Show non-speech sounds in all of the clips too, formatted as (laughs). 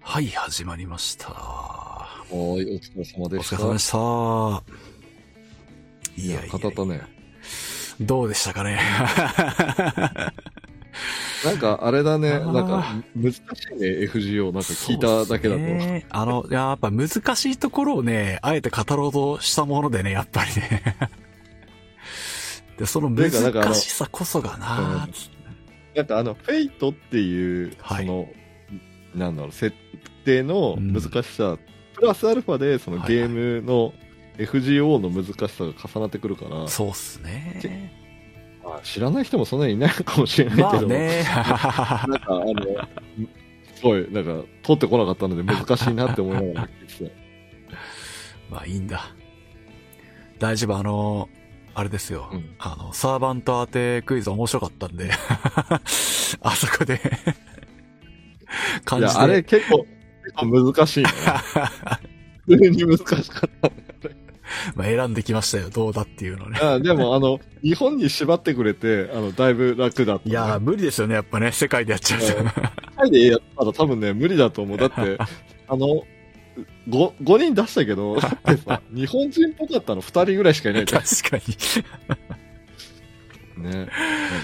はい、始まりました。おい、お疲れ様おでし疲れた。様でした。いいややい、や語ったね。どうでしたかね。なんか、あれだね。あーなんか、難しいね、FGO。なんか聞いただけだそうっすと。ねあの、いややっぱ難しいところをね、あえて語ろうとしたものでね、やっぱりね。 (laughs) で、その難なんかなんかあのしさこそがなうんなんか、あの、フェイトっていう、はいその、なんだろう、設定の難しさ、プラスアルファで、そのはいゲームの FGO の難しさが重なってくるから、そうっすね。まあ知らない人もそんなにいないかもしれないけど、まあね。なんか、あの、 (laughs) すごい、なんか、取ってこなかったので難しいなって思いながら聞いてた。まあいいんだ。大丈夫、あの、あれですよ。うんあの、サーバント当てクイズ面白かったんで、 (laughs) あそこ (laughs) で、い感じや、て。あれ結構、結構難しい (laughs) ね。普通に難しかった。まあ選んできましたよ、どうだっていうのね。あでも、あの、日本に縛ってくれて、あの、だいぶ楽だった、いやー、無理ですよね、やっぱね、世界でやっちゃうと。タイでやったら多分ね、無理だと思う。だって、 (laughs) あの、5, 5人出した (laughs) けど、だってさ日本人っぽかったの2人ぐらいしかいないじゃ確かに。ん。ね。だか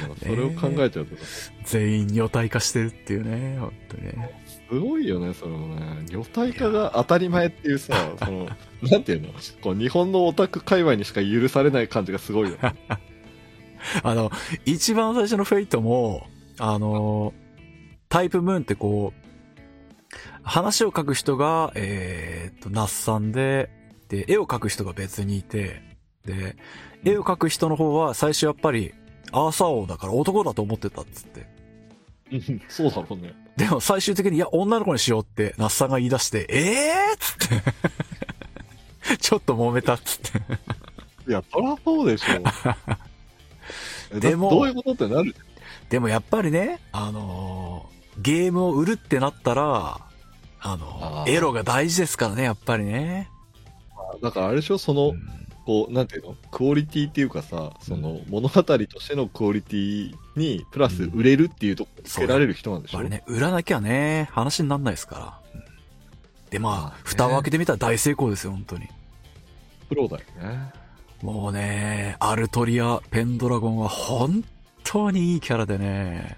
らそれを考えちゃうと、 (laughs) 全員女体化してるっていうね、本当にね。すごいよね、それもね。女体化が当たり前ってい (laughs) うさ、その、なんていうのこう、日本のオタク界隈にしか許されない感じがすごいよね。 (laughs) あの、一番最初のフェイトも、あの、タイプムーンってこう、話を書く人が、えーっと、ナッサンで、で、絵を描く人が別にいて、で、絵を描く人の方は最初やっぱり、アーサー王だから男だと思ってたっつって。うんそうだもんね。でも最終的に、いや、女の子にしようって、ナッサンが言い出して、えーっつって。 (laughs) ちょっと揉めたっつって。いや、そらそう (laughs) でしょえ。ででもも、どういうことってなるでもやっぱりね、あのーゲームを売るってなったら、あのーあーエロが大事ですからね、やっぱりね。だからあれでしょ、その、うんこう、なんていうのクオリティっていうかさ、その、物語としてのクオリティに、プラス売れるっていうところにつけられる人なんでしやっょ、ぱりね、売らなきゃね、話になんないですから。うんで、まあまあね、蓋を開けてみたら大成功ですよ、本当に。プロだよね。もうね、アルトリア、ペンドラゴンは本当にいいキャラでね、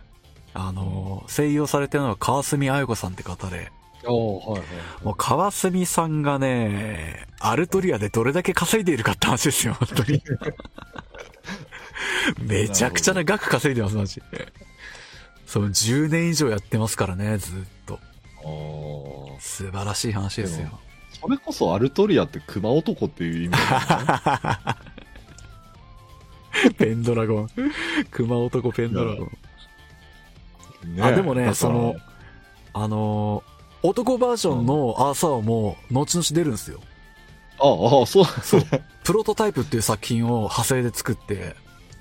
あのー声優されてるのは川澄彩子さんって方で、ああ、はいはい。もう川澄さんがね、アルトリアでどれだけ稼いでいるかって話ですよ、本当に。めちゃくちゃな額稼いでます、マジ。その10年以上やってますからね、ずっと。ああ。素晴らしい話ですよ。それこそアルトリアって熊男っていう意味だよねペンドラゴン。熊男 (laughs) ペンドラゴン。ねあでもねだからそのあのー男バージョンのアーサーも後々出るんですよ。ああ、そう、そう。プロトタイプっていう作品を派生で作って、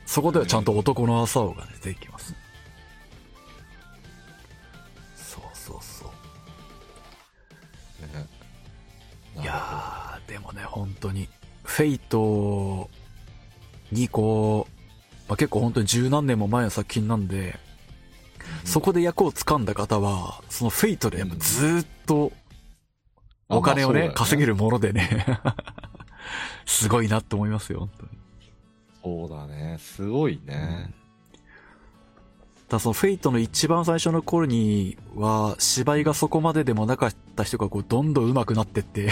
そこではちゃんと男の朝顔が出てきます。そうそうそう。ねいやー、でもね、本当に、フェイトにこう、まあ、結構本当に十何年も前の作品なんで、そこで役を掴んだ方は、そのフェイトでやっぱずーっとお金をね、稼げる。るものでね、 (laughs) すごいなって思いますよ、本当に。そうだね。すごいね。ただそのフェイトの一番最初の頃には芝居がそこまででもなかった人がこうどんどん上手くなってって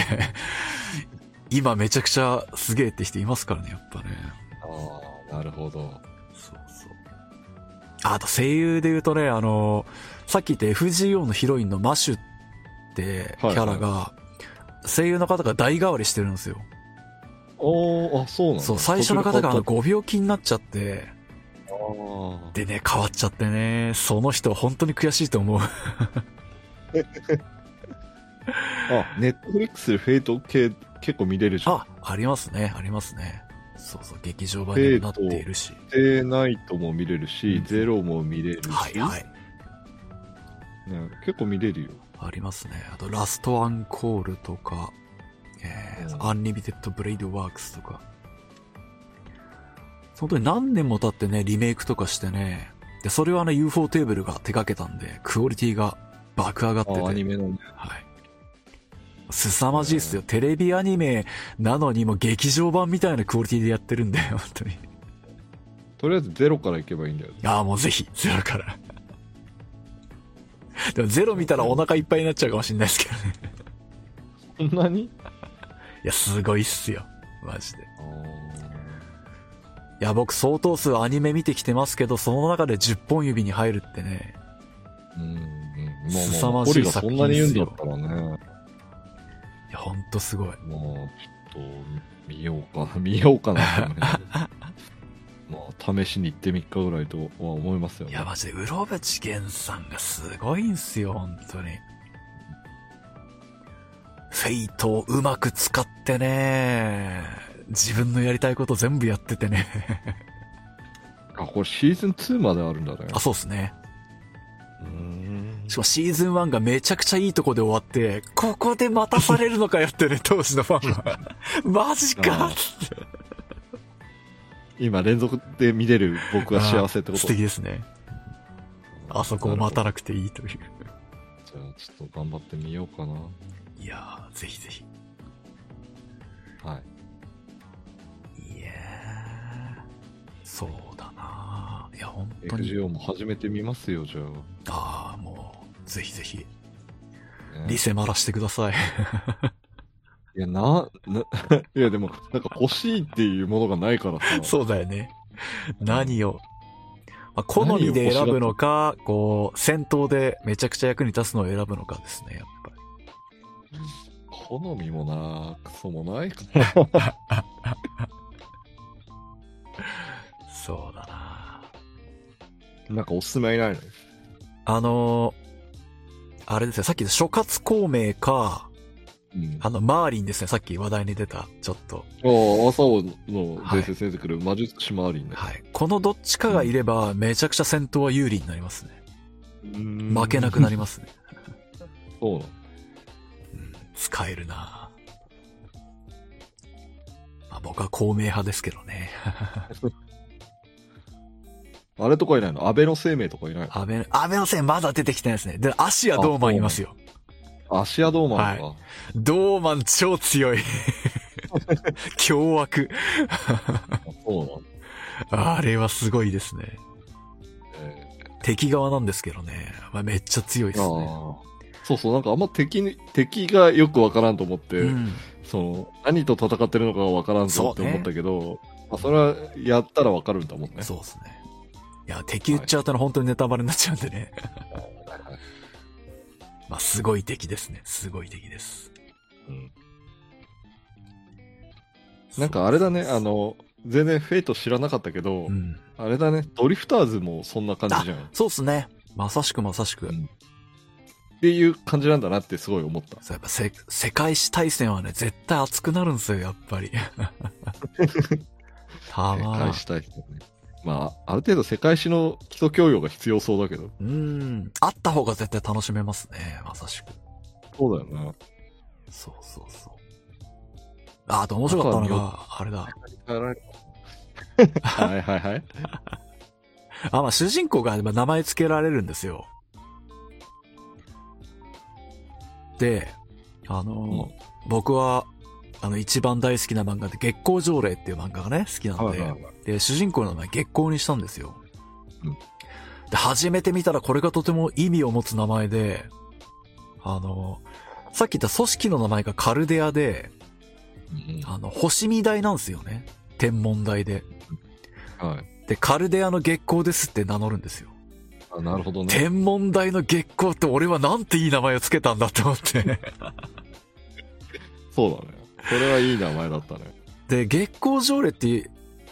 (laughs) 今めちゃくちゃすげえって人いますからねやっぱねああ、なるほど。そうそうあと声優で言うとねあのさっき言った FGO のヒロインのマシュってキはいはいャラが声優の方が代替わりしてるんですよおーあ、そうなんだそう最初の方があの途中ご病気になっちゃってで変わったあでね変わっちゃってねその人本当に悔しいと思うーあ、ネットフリックスでフェイト系結構見れるじゃん。あ、ありますね、ありますね。そうそう、劇場版にもなっているし。デーナイトも見れるし、うんゼロも見れるし、はいはい。ね、結構見れるよ。ありますね。あと、ラストアンコールとか、えーうんアンリミテッドブレイドワークスとか。本当に何年も経ってね、リメイクとかしてね。で、それはね、UFO テーブルが手掛けたんで、クオリティが爆上がってて。あアニメのね。はい。凄まじいっすよ。テレビアニメなのにもう劇場版みたいなクオリティでやってるんで、本当に。いとりあえずゼロからいけばいいんだよね。やーもうぜひ、ゼロから。 (laughs) でもゼロ見たらお腹いっぱいになっちゃうかもしれないですけどね。 (laughs) そんなにいや、すごいっすよ。マジで。あーいや、僕相当数アニメ見てきてますけど、その中で10本指に入るってね。うんうん。凄まあままあ、じいゴリラそんなに言うんだっ作たらね、まあ、いや、ほんとすごい。ちょっと見ようか (laughs) な、見ようかなって思いま (laughs) すけどまあ、試しに行ってみっかぐらいとは思いますよいね。や、マジで、うろぶちげんさんがすごいんすよ、本当に。フェイトをうまく使ってね、自分のやりたいこと全部やっててね。 (laughs) あ、これシーズン2まであるんだね。あ、そうっすね。うんしかもシーズン1がめちゃくちゃいいとこで終わって、ここで待たされるのかよってね、 (laughs) 当時のファンは。マジかあ今連続で見れる僕は幸せってこと素敵ですね。あそこを待たなくていいという。じゃあちょっと頑張ってみようかな。いやー、ぜひぜひ。はい。いやー、そうだなーいや、本当に。 XGO も始めてみますよ、じゃあ。ああ、もう、ぜひぜひ、ねリセマラしてください。いや、な、な (laughs) いやでも、なんか欲しいっていうものがないからさ。 (laughs) そうだよね。何を、まあ、好みで選ぶのか、こう、戦闘でめちゃくちゃ役に立つのを選ぶのかですね、やっぱり。好みもな、クソもないかそうだなな。なんかおすすめはいないのあのーあれですよ、さっきの諸葛孔明か、うん。あの、マーリンですね、さっき話題に出た、ちょっと。ああ、朝の伝説に出てくる魔術師マーリンね。はい。このどっちかがいれば、めちゃくちゃ戦闘は有利になりますね。負負けなくなりますね。そうなの。使えるなまあ僕は孔明派ですけどね。あれとかいないの安倍の生命とかいない安倍、安倍の線まだ出てきてないですね。で、足はドーマンいますよ。のアシアドーマンとか。ドーマン超 (laughs) 強い。凶悪。あそうなの。あれはすごいですね。え敵側なんですけどね。まあ、めっちゃ強いでーすね。ああ。そうそう、なんかあんま敵に、敵がよくわからんと思って、うん、その、何と戦ってるのかはわからんぞっそてうね思ったけど、まあ、それはやったらわかるんだもんね。そうですね。いや、敵言っちゃうとね本当にネタバレになっちゃうんでね。 (laughs) まあ、すごい敵ですね。すごい敵です。うんなんかあれだね、あの、全然フェイト知らなかったけど、うん。あれだね、ドリフターズもそんな感じじゃん。っそうですね。まさしくまさしく。ていう感じなんだなってすごい思った。そうやっぱせ世界史大戦はね、絶対熱くなるんですよ、やっぱ (laughs) り。たま返したいですよね。まあ、ある程度世界史の基礎教養が必要そうだけど。うん。あった方が絶対楽しめますね、まさしく。そうだよな。そうそうそう。あ、あと面白かったのあとが、あれだ。 (laughs) はいはいはい。あ、まあ主人公がまあ名前付けられるんですよ。で、あの、僕は、あの一番大好きな漫画で月光条例っていう漫画がね、好き (laughs) なんで、はいはいはいで、主人公の名前月光にしたんですよ。うんで、初めて見たらこれがとても意味を持つ名前で、あの、さっき言った組織の名前がカルデアで、あの、星見台なんですよね。天文台で。うんはい。で、カルデアの月光ですって名乗るんですよ。あなるほどね。天文台の月光って俺はなんていい名前をつけたんだって思って。そうだね。これはいい名前だったね。で、月光条例って、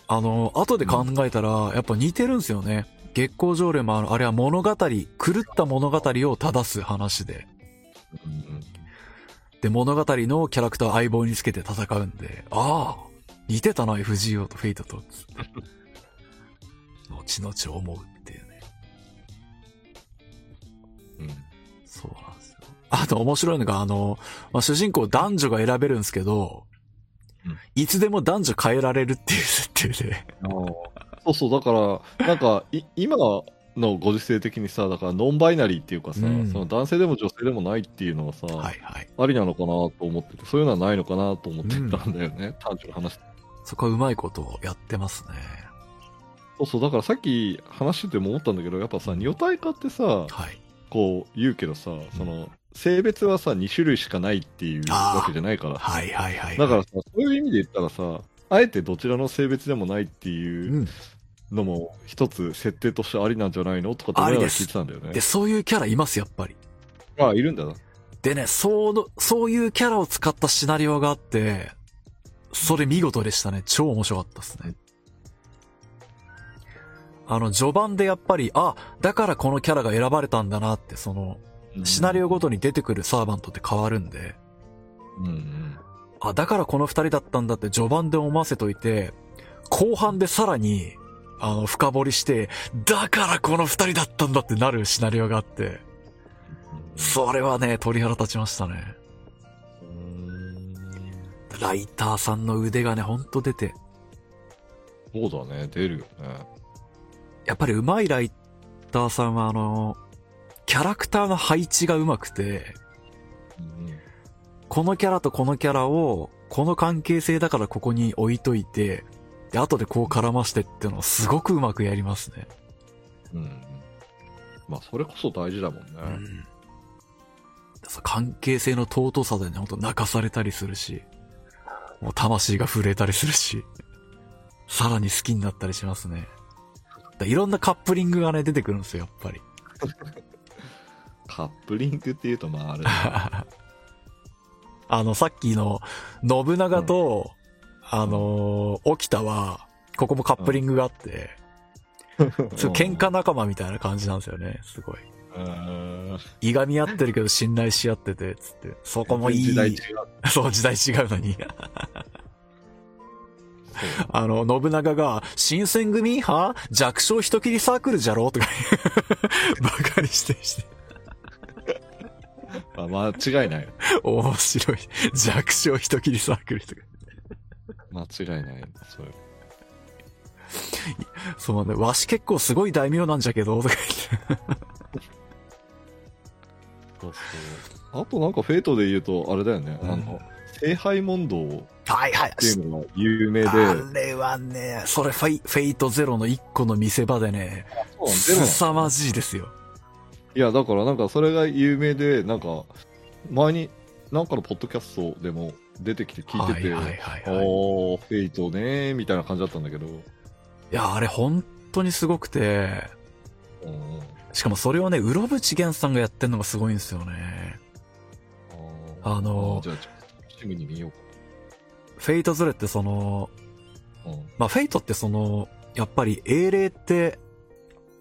あの、後で考えたら、やっぱ似てるんですよね。月光条例もあの、あれは物語、狂った物語を正す話で。うんで、物語のキャラクターを相棒につけて戦うんで、ああ、似てたな、FGO とフェイトと、つって。後々思うっていうね。うん。そうなんですよ。あと面白いのが、あの、まあ、主人公男女が選べるんですけど、うんいつでも男女変えられるっていう設定で。そうそう、だから、なんか、い今、のご時世的にさ、だからノンバイナリーっていうかさ、うんその男性でも女性でもないっていうのはさ、はいはい。ありなのかなと思ってて、そういうのはないのかなと思ってたんだよね、単純な話。そこはうまいことをやってますね。そうそう、だからさっき話してても思ったんだけど、やっぱさ、女体化ってさ、はい。こう言うけどさ、その、性別はさ、2種類しかないっていうわけじゃないから、はいはいはい。だからさ、そういう意味で言ったらさ、あえてどちらの性別でもないっていううん。のも、一つ設定としてありなんじゃないのとかって思いながら聞いてたんだよねで、。そういうキャラいます、やっぱり。ああ、いるんだな。でね、その、そういうキャラを使ったシナリオがあって、それ見事でしたね。超面白かったですね。あの、序盤でやっぱり、あ、だからこのキャラが選ばれたんだなって、その、シナリオごとに出てくるサーバントって変わるんで、うんうん。あ、だからこの二人だったんだって序盤で思わせといて、後半でさらに、あの、深掘りして、だからこの二人だったんだってなるシナリオがあって、それはね、鳥肌立ちましたね。うんライターさんの腕がね、ほんと出て、そうだね、出るよね。やっぱり上手いライターさんはあの、キャラクターの配置が上手くて、うんこのキャラとこのキャラを、この関係性だからここに置いといて、で、後でこう絡ましてっていうのをすごくうまくやりますね。うんうん。まあ、それこそ大事だもんね。うん。そう関係性の尊さでね、ほんと泣かされたりするし、もう魂が震えたりするし、 (laughs) さらに好きになったりしますね。だいろんなカップリングがね、出てくるんですよ、やっぱり。カップリングっていうと、まあ、あれだあの、さっきの、信長と、あのー、沖田は、ここもカップリングがあって、 (laughs) そう喧嘩仲間みたいな感じなんですよね、すごい。うん。いがみ合ってるけど信頼し合ってて、つって。そこもいい。時代違 (laughs) う。そう、時代違うのに。そうあの、信長が、新選組派弱小人切りサークルじゃろとか (laughs) 言う、バカにしてして。まあ間違いない。面白い。弱小人切りサークルとか。間違いない。そういう。そうなんだよ。わし結構すごい大名なんじゃけど、とか言って。そうそうあとなんかフェイトで言うと、あれだよね。うんあの、聖杯問答っはいはい。ていうのが有名で、あれはね、それフェイ、フェイトゼロの一個の見せ場でね、そうなんでも凄まじいですよ。いや、だからなんかそれが有名で、なんか、前に、なんかのポッドキャストでも出てきて聞いてて、はいはいはい、はい。いおー、フェイトねー、みたいな感じだったんだけど、や、あれ本当にすごくて、うんうんしかもそれをね、うろぶちげんさんがやってんのがすごいんですよね。あのじゃあ、ちょっと、趣味に見ようフェイトゼロってその、かな。うんまあ、フェイトってその、やっぱり英霊って、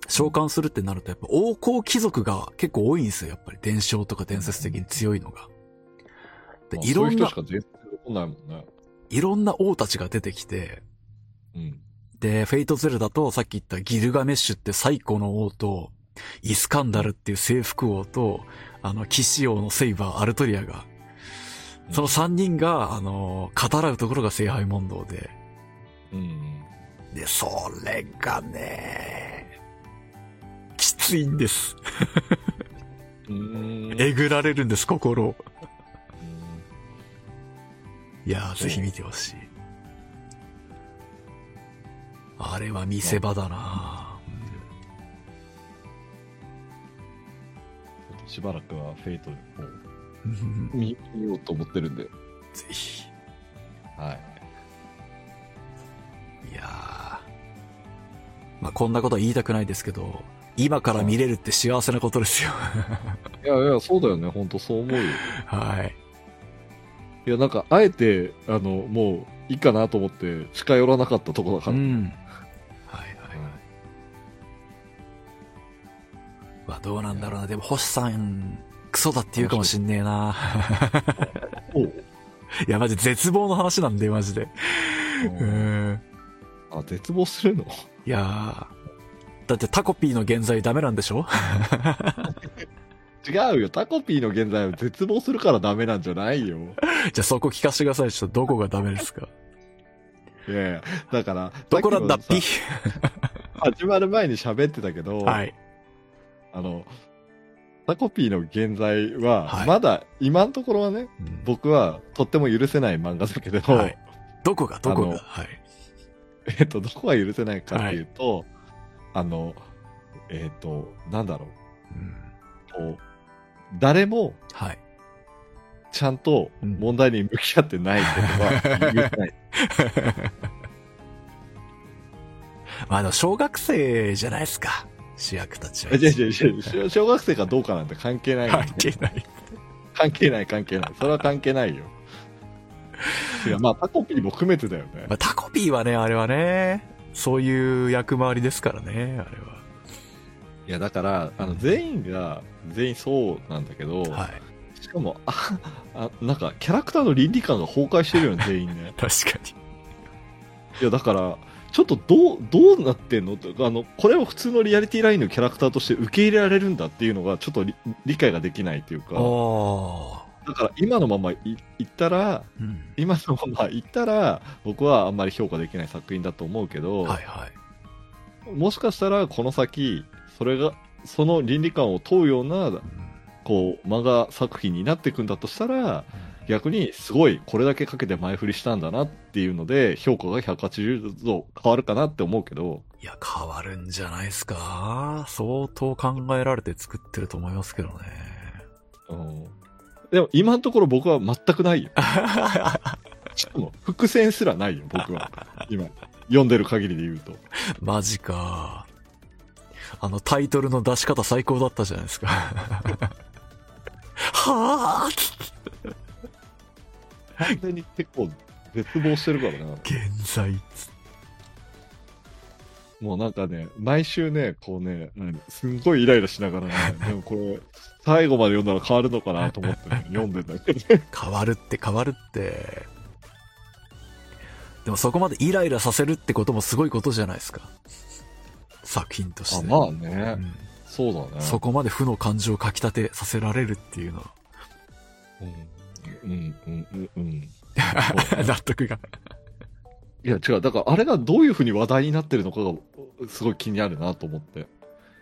召喚するってなると、やっぱ王侯貴族が結構多いんですよ、やっぱり。伝承とか伝説的に強いのが。でまあいろんそういう人なし、か全然来ないもんね。いろんな王たちが出てきて、うん。で、フェイトゼルだとさっき言ったギルガメッシュって最古の王と、イスカンダルっていう征服王と、あの、騎士王のセイバー、アルトリアが、その三人が、あの、語らうところが聖杯問答で、うんうん。で、それがね、きついんです。うーんえぐられるんです、心を。うんいやー、ぜひ見てほしい。あれは見せ場だなしばらくはフェイトをうん見見ようと思ってるんで、ぜひ。はい。いやーまあ、こんなことは言いたくないですけど、今から見れるって幸せなことですよ。 (laughs) いやいや、そうだよね、本当そう思うよ。はい。いや、なんか、あえて、あの、もう、いいかなと思って、近寄らなかったとこだうから。ん。はいはい。うまあ、どうなんだろうな。でも、星さん、クソだって言うかもしんねえな (laughs) んおういや、マジ絶望の話なんで、マジで。ううんん。あ、絶望するのいやー。だってタコピーの現在ダメなんでしょ (laughs) 違うよ、タコピーの現在は絶望するからダメなんじゃない (laughs) よ。じゃあそこ聞かせてください。ちょっとどこがダメです (laughs) かいやいや、だから、どこなんださっピきのさ始まる前に喋ってたけど、はい。あの、タコピーの現在は、はいまだ今のところはね、うん僕はとっても許せない漫画だけれど、はい。どこがどこあのがはい。えっと、どこが許せないかっていうと、あの、えっ、と、なんだろうんう、こう、誰もはい。ちゃんと問題に向き合ってないことは許せない。まあ、あの、小学生じゃないですか。主役たちは。違う違う違う小学生かどうかなんて関係ないよ関係 (laughs) ない。関係ない関係ないそれは関係ないよいやまあタコピーも含めてだよねまあ、タコピーはね、あれはね、そういう役回りですからね、あれいやだからあの全員が全員そうなんだけど、は。はい。しかもああなんかキャラクターの倫理観が崩壊してるよね全員ね確かに。いやだからちょっとどうどうなってんのとあのこれを普通のリアリティラインのキャラクターとして受け入れられるんだっていうのがちょっと理理解ができないというかあだから今のままいいったらあ。うん。今のまま言ったら僕はあんまり評価できない作品だと思うけど、はいはい。もしかしたらこの先それがその倫理観を問うようなうんこう漫画作品になっていくんだとしたら逆にすごいこれだけかけて前振りしたんだなっていうので評価が180度変わるかなって思うけどいや、変わるんじゃないですか。相当考えられて作ってると思いますけどね。うんでも今のところ僕は全くないよ。 (laughs) しかも伏線すらないよ、僕は。今、読んでる限りで言うと。マジか。あのタイトルの出し方最高だったじゃないですか。 (laughs) はぁ完全に結構絶望してるからね。現在。もうなんかね、毎週ね、こうね、すんごいイライラしながら (laughs) ね、でもこれ、最後まで読んだら変わるのかなと思って (laughs) ね、読んでんだけどね。変わるって変わるって。でもそこまでイライラさせるってこともすごいことじゃないですか。作品として。あうね、んそうだね。そこまで負の感情をかきたてさせられるっていうのは、うん、うん、うん、うん (laughs) うん。納得が。いや、違う、だからあれがどういうふうに話題になってるのかが、すごい気になるなと思って。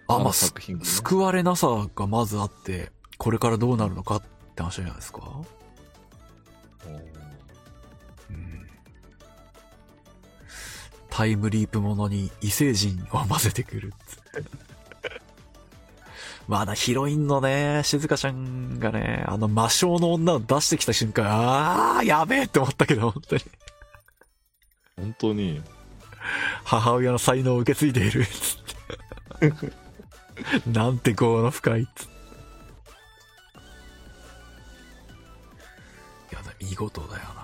あ、のまあ、す作品がね、救われなさがまずあって、これからどうなるのかって話じゃないですか。うんタイムリープものに異星人を混ぜてくるっつって。 (laughs) まあな、ヒロインのね、静香ちゃんがね、あの魔性の女を出してきた瞬間、あー、やべえって思ったけど、本当に。本当に、母親の才能を受け継いでいるっつって。なんて業の深いっつって。いやだ、見事だよな。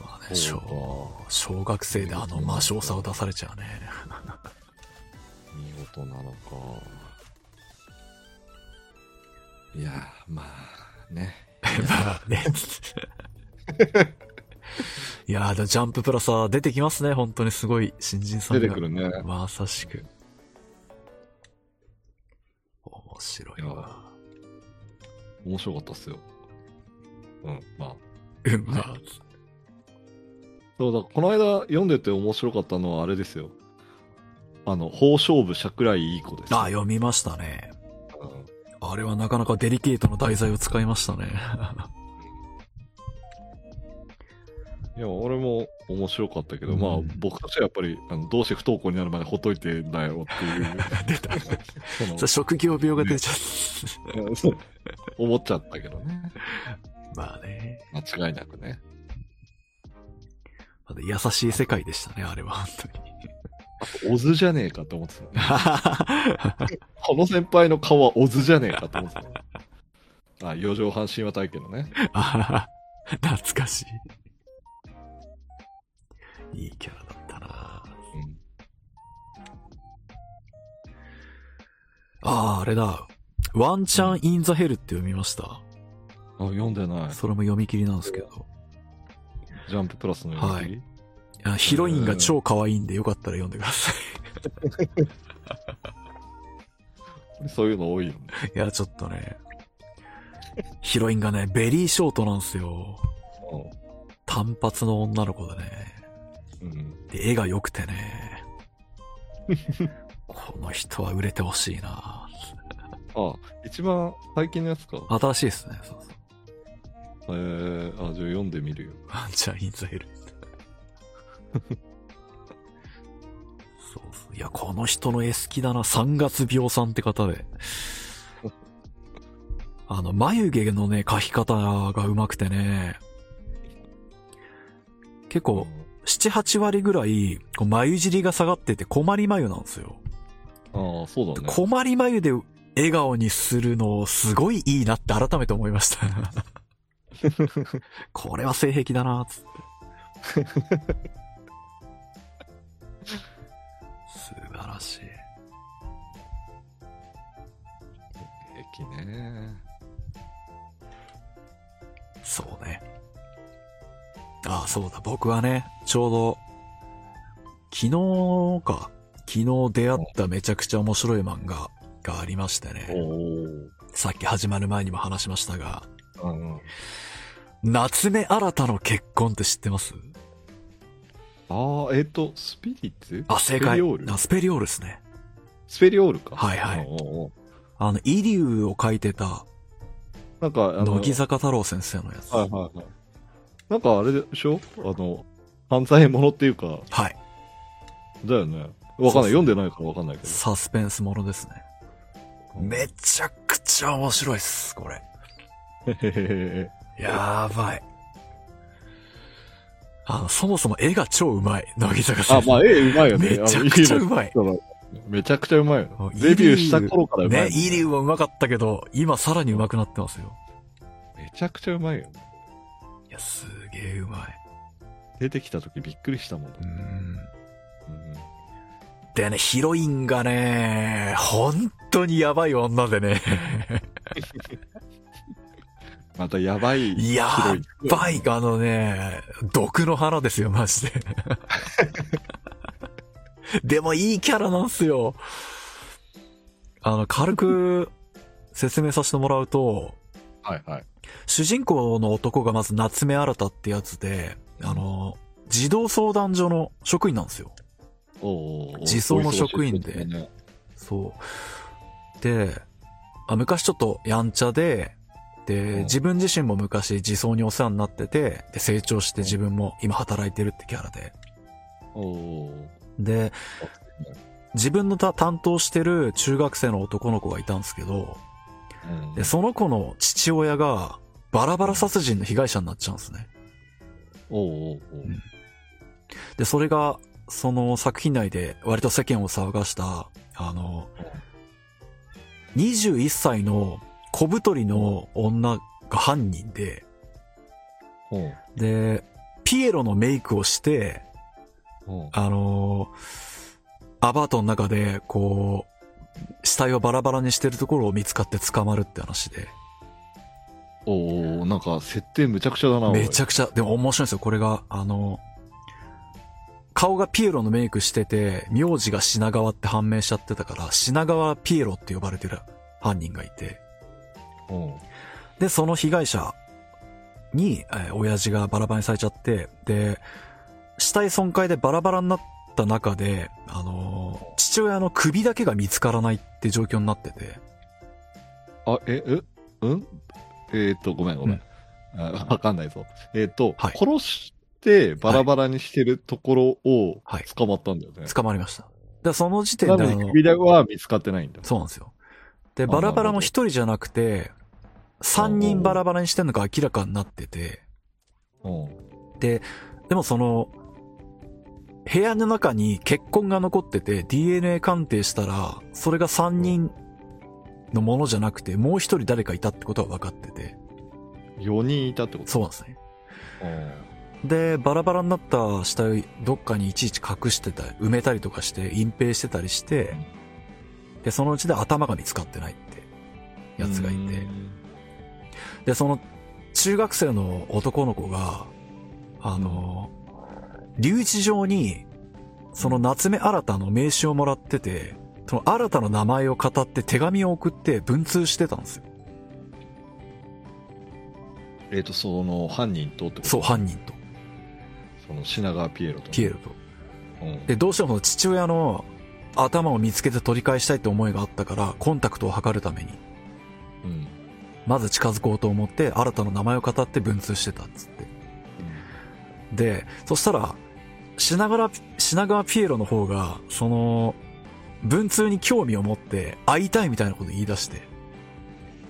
まあね、そ小うか、小学生であの魔性さを出されちゃうね。 (laughs) 見事なのか。いや、まあ、ね。まあね。いやーでもジャンププラスは出てきますね。本当にすごい新人さん出が。てくるね。まさしく。面白いいやわ。面白かったっすよ。うん、まあ。うん、まあ、そうだ、この間読んでて面白かったのはあれですよ。あの、宝勝部桜井いい子です。あ、読みましたね。うんあれはなかなかデリケートな題材を使いましたね。いや、俺も面白かったけど、うんまあ、僕としてはやっぱり、あのどうして不登校になるまでほっといてんだよっていう。 (laughs) 出た。 (laughs) そ (laughs) のそれ職業病が出ちゃう。うんそう思っちゃったけどね。 (laughs) まあね。間違いなくね。まだ優しい世界でしたね、あれは本当に。オズじゃねえかと思ってた。この先輩の顔はオズじゃねえかと思ってた。あ、四畳半神話体験のね。あはは懐かしい。いいキャラだったなうんああ、あれだ。ワンチャンインザヘルって読みました。あ、読んでない。それも読み切りなんですけど。ジャンププラスの読み切り、いやヒロインが超可愛いんでよかったら読んでくださそういうの多いよね。い。いや、ちょっとね。ヒロインがね、ベリーショートなんですよ。単発の女の子でね。うん。 (laughs) で、絵が良くてね。この人は売れてほしいなあ、一番最近のやつか。新しいですね。そうそうえー、あ、じゃあ読んでみるよ。ワンちゃんインザヘル。そうそう。いや、この人の絵好きだな。三月病さんって方で。あの、眉毛のね、描き方が上手くてね。結構、7、8割ぐらい、こう眉尻が下がってて困り眉なんですよ。ああ、そうだね。困り眉で笑顔にするの、すごいいいなって改めて思いま (laughs) した。これは性癖だな、つって。素晴らしい。駅ね。そうね。ああ、そうだ。僕はね、ちょうど、昨日か。昨日出会っためちゃくちゃ面白い漫画がありましておね。お。さっき始まる前にも話しましたが、うん。夏目新たの結婚って知ってますああ、えっ、と、スピリッツあ、正解。スペリオールあスペリオールですね。スペリオールか。はいはいおーおーあの、イリューを書いてた、なんか、あの、乃木坂太郎先生のやつ。はいはいはい。なんかあれでしょあの、犯罪者っていうか、はい。だよね。わかんない。そうそう読んでないからわかんないけど。サスペンスものですね。めちゃくちゃ面白いっす、これ。へへへやばい。あの、そもそも絵が超うまい、乃木坂 (laughs) あ先、生。まあ、絵うまいよね。めちゃくちゃあうのまい。いいねめちゃくちゃうまいよもうね。デビューした頃からうまいもね、んイリューはうまかったけど、今さらにうまくなってますよ。めちゃくちゃうまいよね。いや、すげえうまい。出てきた時びっくりしたもんね。うん。うんでね、ヒロインがね、本当にやばい女でね、またやばい。や広いばい、あのね、毒の花ですよ、マ (laughs) ジで。でもいいキャラなんすよ。あの、軽く説明させてもらうと、はいはい。主人公の男がまず夏目新太ってやつで、あの、児童相談所の職員なんですよ。おうおうおう自走の職員でお忙しいことだねそう。で、あ昔ちょっとやんちゃで、うんで、自分自身も昔自走にお世話になってて、で、成長して自分も今働いてるってキャラで。おうおうで、自分のた担当してる中学生の男の子がいたんですけど、うんで、その子の父親がバラバラ殺人の被害者になっちゃうんですね。おうおうおううんで、それが、その作品内で割と世間を騒がした、あの、21歳の小太りの女が犯人で、おうで、ピエロのメイクをして、おうあのアパートの中で、こう、死体をバラバラにしてるところを見つかって捕まるって話で、おうおうなんか設定むちゃくちゃだな。めちゃゃくちゃ、でも面白いんですよ、これが。あの、顔がピエロのメイクしてて、名字が品川って判明しちゃってたから、品川ピエロって呼ばれてる犯人がいて、で、その被害者に、えー親父がバラバラにされちゃって、で、死体損壊でバラバラになった中で、あのー父親の首だけが見つからないって状況になってて、あ、え、え、うんえーっと、ごめんごめん。あわかんないぞ。えーっと、はい殺してバラバラにしてるところをはい捕まったんだよね。捕まりました。で、その時点でなあのにの、首だけは見つかってないんだ。そうなんですよ。で、あなるバほどラバラも一人じゃなくて、三人バラバラにしてんのが明らかになってて、おうで、でもその、部屋の中に血痕が残ってて DNA 鑑定したら、それが三人のものじゃなくて、もう一人誰かいたってことは分かってて、 4人いたってことそうなんですね。おうで、バラバラになった死体をどっかにいちいち隠してたり、埋めたりとかして、隠蔽してたりして、で、そのうちで頭が見つかってないって、やつがいて、うんで、その、中学生の男の子が、あの、留置場に、その夏目新たの名刺をもらってて、その新たの名前を語って手紙を送って文通してたんですよ。えーっと、その犯人とってことそう、犯人と、その品川ピエロと。ピエロ。ロと。うんで、どうしてもその父親の頭を見つけて取り返したいって思いがあったから、コンタクトを図るために、うん。まず近づこうと思って、新たな名前を語って文通してたっつって。で、そしたら、品川、品川ピエロの方が、その、文通に興味を持って、会いたいみたいなこと言い出して。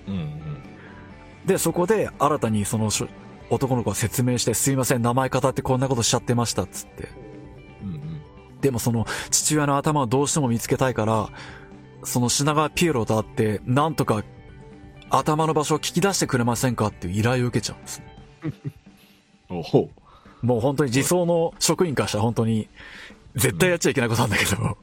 うん。うん。で、そこで、新たにそのしょ、男の子が説明して、すいません、名前語ってこんなことしちゃってました、っつって。うん。うん。でもその、父親の頭をどうしても見つけたいから、その品川ピエロと会って、なんとか、頭の場所を聞き出してくれませんかっていう依頼を受けちゃうんです。おほもう本当に自走の職員からしたら本当に、絶対やっちゃいけないことなんだけど。う。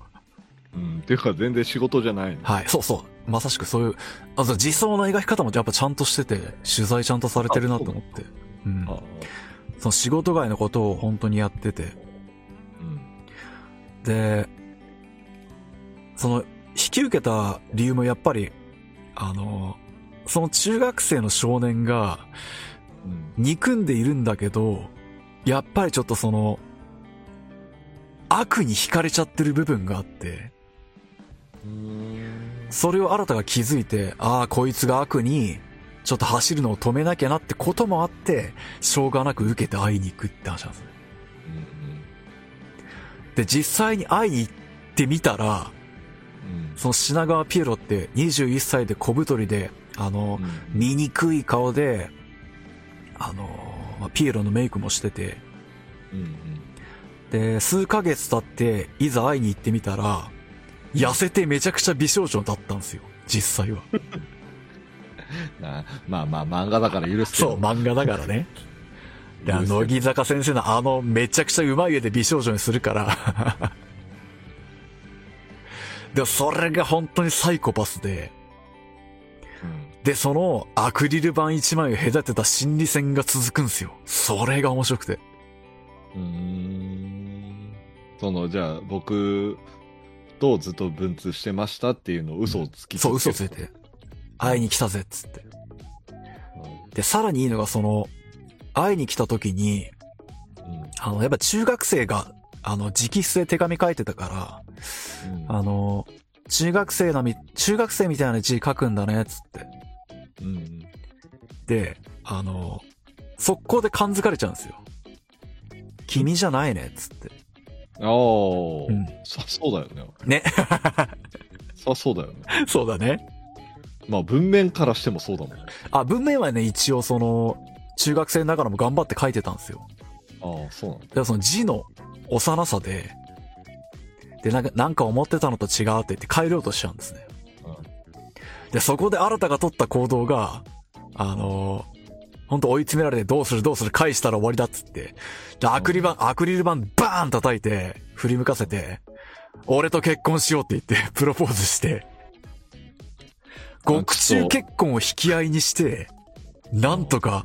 うん。っていうか、全然仕事じゃないの。はい、そうそう。まさしくそういう、あそう自走の描き方もやっぱちゃんとしてて、取材ちゃんとされてるなと思って。うん。あその仕事外のことを本当にやってて。うん。で、その、引き受けた理由もやっぱり、あの、その中学生の少年がうん。憎んでいるんだけど、やっぱりちょっとその、悪に惹かれちゃってる部分があって、うん。それを新たが気づいて、ああ、こいつが悪に、ちょっと走るのを止めなきゃなってこともあって、しょうがなく受けて会いに行くって話なんですね。で、実際に会いに行ってみたら、うん。その品川ピエロって21歳で小太りで、あの、うん。醜い顔で、あの、まあピエロのメイクもしてて、うん。で、数ヶ月経って、いざ会いに行ってみたら、痩せてめちゃくちゃ美少女だったんですよ、実際は。あまあまあ、漫画だから許すけそう、ど。漫画だからね。いや、乃木坂先生のあの、めちゃくちゃうまい絵で美少女にするから。 (laughs) でも、それが本当にサイコパスで、うんで、そのアクリル板一枚を隔てた心理戦が続くんですよ。それが面白くて。うーんその、じゃあ、僕とずっと文通してましたっていうのを嘘をつきそう、嘘ついいて。会いに来たぜ、っつって。で、さらにいいのが、その、会いに来た時に、あの、やっぱ中学生が、あの、直筆で手紙書いてたから、あの、中学生なみ、中学生みたいな字書くんだね、つって。うん。で、あの、速攻で感づかれちゃうんですよ。君じゃないね、つって。ああー、うんそ、そうだよね。ね。 (laughs) そ、そうだよね。そうだね。まあ、文面からしてもそうだもんね。あ、文面はね、一応その、中学生ながらも頑張って書いてたんですよ。ああ、そうなんだ。でもその字の幼さで、で、なんか、なんか思ってたのと違うって言って変えようとしちゃうんですね。で、そこで新たが取った行動が、あのー、ほんと追い詰められてどうするどうする返したら終わりだっつって。で、アクリル板、アクリル板バーン叩いて、振り向かせて、俺と結婚しようって言って、 (laughs) プロポーズして、極中結婚を引き合いにして、なんとか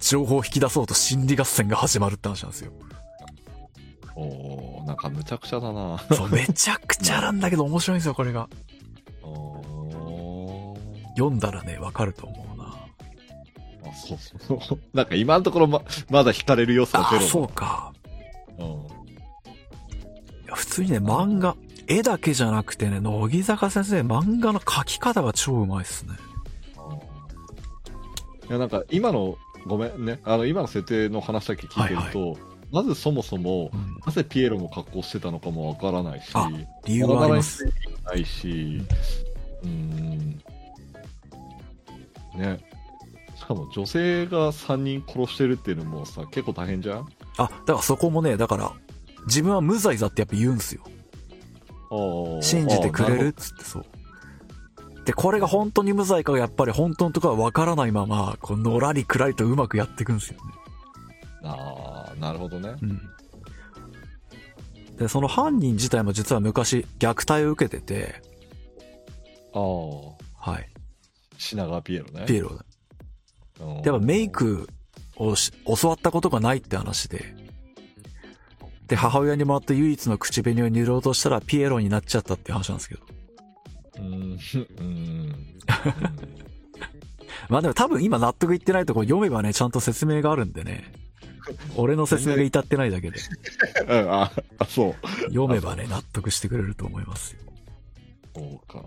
情報を引き出そうと心理合戦が始まるって話なんです (laughs) よ。おおーなんかむちゃくちゃだな。そう、めちゃくちゃなんだけど面白いんですよ、これが。おー読んだらね、わかると思うな。あ、そうそう。 (laughs) なんか今のところま、まだ惹かれる要素はあゼあ、ロ。そうか。うん。いや普通にね、漫画、絵だけじゃなくてね、乃木坂先生、漫画の描き方が超うまいっすね。いやなんか今のごめんねあの今の設定の話だけ聞いてると、まずそもそもうんなぜピエロの格好してたのかもわからないしあ理由体はありまのす。意味もないしうーんねしかも女性が3人殺してるっていうのもさ結構大変じゃんああ、だからそこもね、だから、自分は無罪だってやっぱ言うんすよ。ー信じてくれあーなるっほつってそう。で、これが本当に無罪かがやっぱり本当のところはわからないまま、こう、のらりくらりとうまくやっていくんですよね。どあーなるほどねうん。で、その犯人自体も実は昔、虐待を受けてて、ああはい、品川ピエロねピエロうんでやっぱメイクをし教わったことがないって話で。で、母親にもらった唯一の口紅を塗ろうとしたらピエロになっちゃったっていう話なんですけど。うんうんまあでも多分今納得いってないところ読めばね、ちゃんと説明があるんでね。俺の説明が至ってないだけで、 (laughs) うんああそう読めばね、納得してくれると思いますよ。そうか。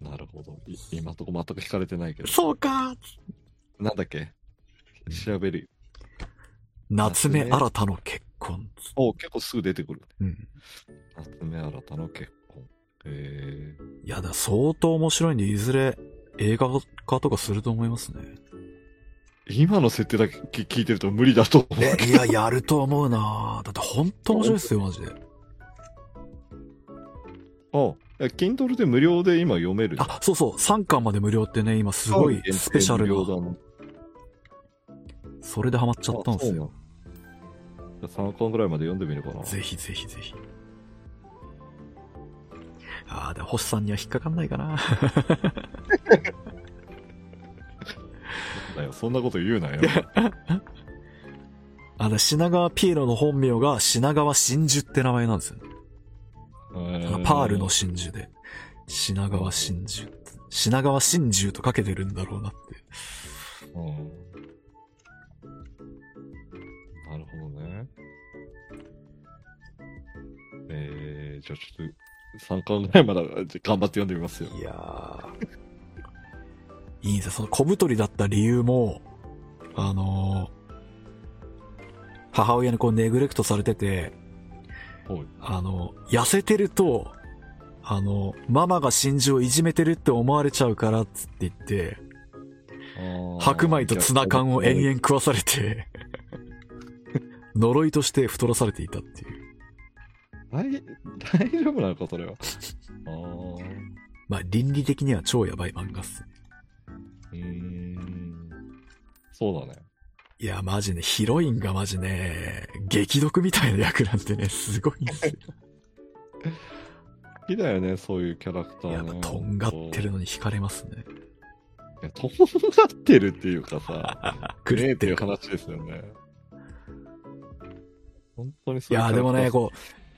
なるほど。い今んとこ全く惹かれてないけど。そうかなんだっけ調べる。夏目夏目新たの結婚。お結構すぐ出てくる。うん。夏目新たの結婚。えー、いやだ、相当面白いんで、いずれ映画化とかすると思いますね。今の設定だけ聞聞いてると無理だと (laughs) 思う。いや、やると思うなだって本当面白いっすよ、マジで。あ、いや Kindle で無料で今読める。、あ、そうそう、3巻まで無料ってね、今すごいスペシャル無料が、だな。それでハマっちゃったんですよ。よ。3巻ぐらいまで読んでみるかな。ぜひぜひぜひ。ああ、でも星さんには引っかかんないかな。 (laughs) だよそんなこと言うなよ。あの、品川ピエロの本名が品川真珠って名前なんですよね。パールの真珠で。品川真珠。品川真珠とかけてるんだろうなって。うんなるほどね。えー、じゃあちょっと、3巻ぐらいまだじゃあ頑張って読んでみますよ。いやー。 (laughs) いいんですよ。その小太りだった理由も、あのー母親にこうネグレクトされてて、ほい。あの、痩せてると、あの、ママが真珠をいじめてるって思われちゃうからっつって言って、白米とツナ缶を延々食わされて、 (laughs) 呪いとして太らされていたっていう。大大丈夫なのか、それは。あーまあ、倫理的には超やばい漫画っす。うーん。そうだね。いや、マジね、ヒロインがマジね、激毒みたいな役なんてね、すごいんですよ。好きだよね、そう (laughs) いうキャラクタいー、ね。や、とんがってるのに惹かれますね。いやとんがってるっていうかさ、狂ねえっってていうるから。話ですよね。本当にいそういうや、でもね、キャラクこ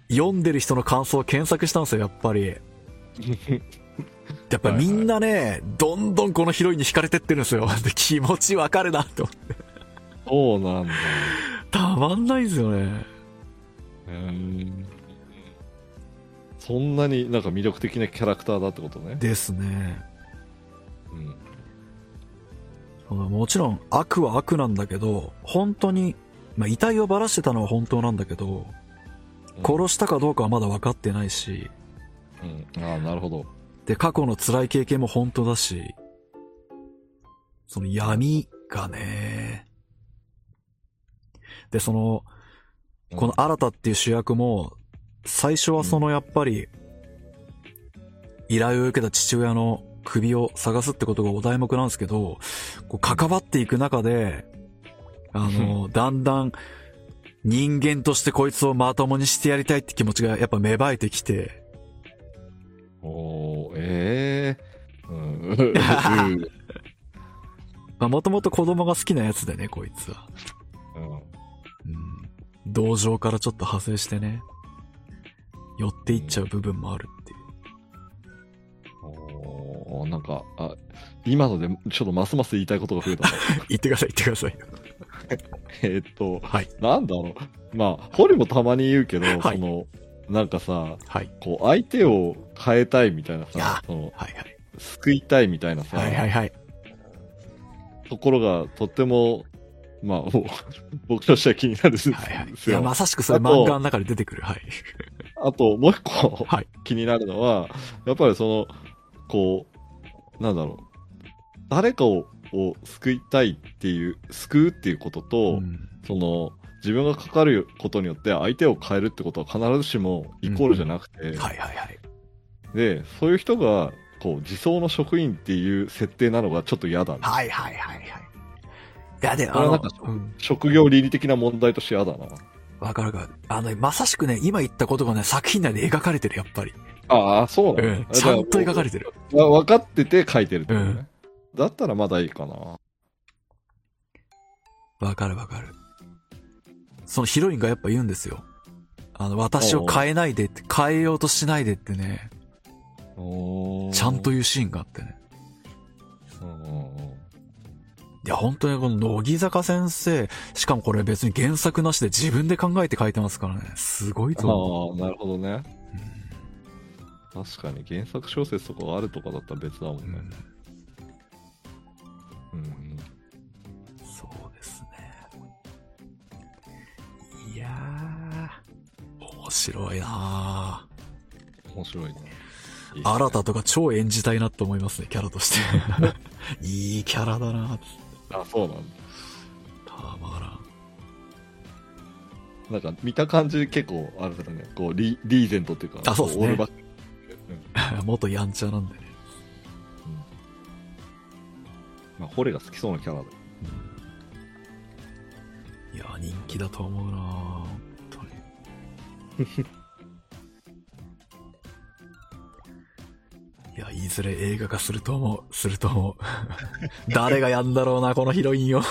う、読んでる人の感想を検索したんですよ、やっぱり。 (laughs) やっぱみんなね、どんどんこのヒロインに惹かれてってるんですよ。で気持ちわかるなって思って。ターそうなんだ。たまんないですよね。うんそんなになんか魅力的なキャラクターだってことね。ですね。うん、もちろん悪は悪なんだけど、本当に、まあ、遺体をばらしてたのは本当なんだけど、殺したかどうかはまだ分かってないし、うん、ああ、なるほど。で、過去の辛い経験も本当だし、その闇がね、で、その、この新たっていう主役も、最初はそのやっぱり、依頼を受けた父親の首を探すってことがお題目なんですけど、こう関わっていく中で、あ (laughs) の、だんだん人間としてこいつをまともにしてやりたいって気持ちがやっぱ芽生えてきて、おー、ええー。うん。うんまあもともと子供が好きなやつでね、こいつは。うんうん。同情からちょっと派生してね、寄っていっちゃう部分もあるっていう。おーなんか、あ、今のでちょっとますます言いたいことが増え (laughs) たな。言ってください、言ってください。えーっと、はいなんだろう。まあ、ホリもたまに言うけど、はいその、なんかさ、はい。こう、相手を変えたいみたいないやさ、その、はい救いたいみたいなさ、はい。はいはいはい。ところが、とっても、まあ、お (laughs) 僕としては気になるんですよ。はいはい。いや、まさしくそれあと漫画の中で出てくる。はい。あと、もう一個、はい気になるのは、やっぱりその、こう、なんだろう。誰かをを救いたいっていう、救うっていうことと、うんその、自分がかかることによって相手を変えるってことは必ずしもイコールじゃなくて、はいはいはい。で、そういう人が、こう、自走の職員っていう設定なのがちょっと嫌だな。はいはいはいはい。いや、で、あこれはなのんか、うん職業倫理的な問題として嫌だな。わかるわかる。あの、まさしくね、今言ったことがね、作品内で描かれてる、やっぱり。ああ、そうなうのん。ちゃんと描かれてる。わ分かってて書いてるってことね、だったらまだいいかな。わかるわかる。そのヒロインがやっぱ言うんですよ。あの、私を変えないでって、変えようとしないでってね、おーちゃんと言うシーンがあってね。うんうんうんいや、本当にこの乃木坂先生、しかもこれ別に原作なしで自分で考えて書いてますからね。すごいと思う。ああ、なるほどね。確かに原作小説とかがあるとかだったら別だもんうねん。うん。そうですね。いやー、面白いなー面白いね。いいね新たとか超演じたいなと思いますね、キャラと (laughs) して。いいキャラだなーあ、そうなんだ。たまらなんか見た感じ結構あれだね。こうリ、リーゼントっていうか、あそうっすねこオールバック。ん。 (laughs) 元やんちゃなんでね。まあ、ホレが好きそうなキャラだよ。いやー、人気だと思うなー本当に。 (laughs) いや、いずれ映画化すると思う。すると思う。 (laughs) 誰がやんだろうな、このヒロインを。 (laughs)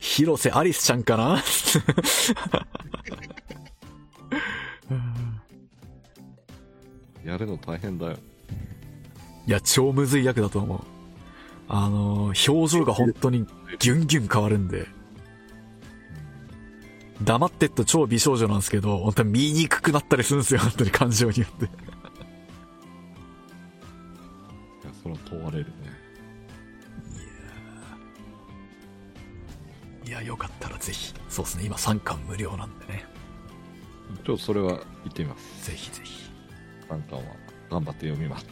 広瀬アリスちゃんかなうんやるの大変だよ。いや、超むずい役だと思う。あのー表情が本当にギュンギュン変わるんで。黙ってっと超美少女なんですけど、本当に見にくくなったりするんですよ、 (laughs) 本当に感情によって。いや、それは問われるね。いや、よかったらぜひ。そうですね、今3巻無料なんでね。ちょっとそれは言ってみます。ぜひぜひ。なんかは頑張って読みます。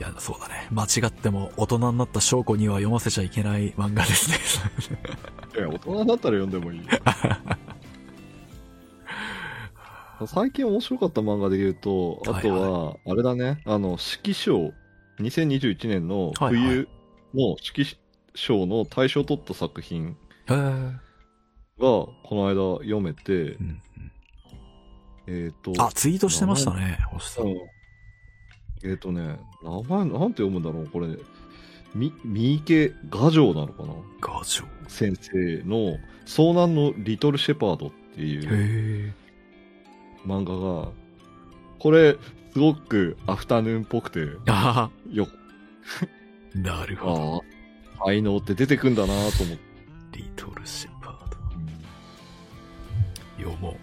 いや、そうだね。間違っても大人になった証拠には読ませちゃいけない漫画ですね。 (laughs) いや、大人になったら読んでもいいよ。 (laughs) 最近面白かった漫画で言うと、あとは、あれだね、あの、四季賞、2021年のはいはい冬の四季賞の大賞を取った作品へーが、この間読めてう、んえっ、と、あ、ツイートしてましたね、星さ。うんんえっ、とね、名前、なんて読むんだろう、これ、み、三池画城なのかなガジョ先生の、遭難のリトルシェパードっていへう。え。漫画が、これ、すごくアフタヌーンっぽくて、あよ、あ、なるほど。ああ、才能って出てくんだなと思って。リトルシェパード。読も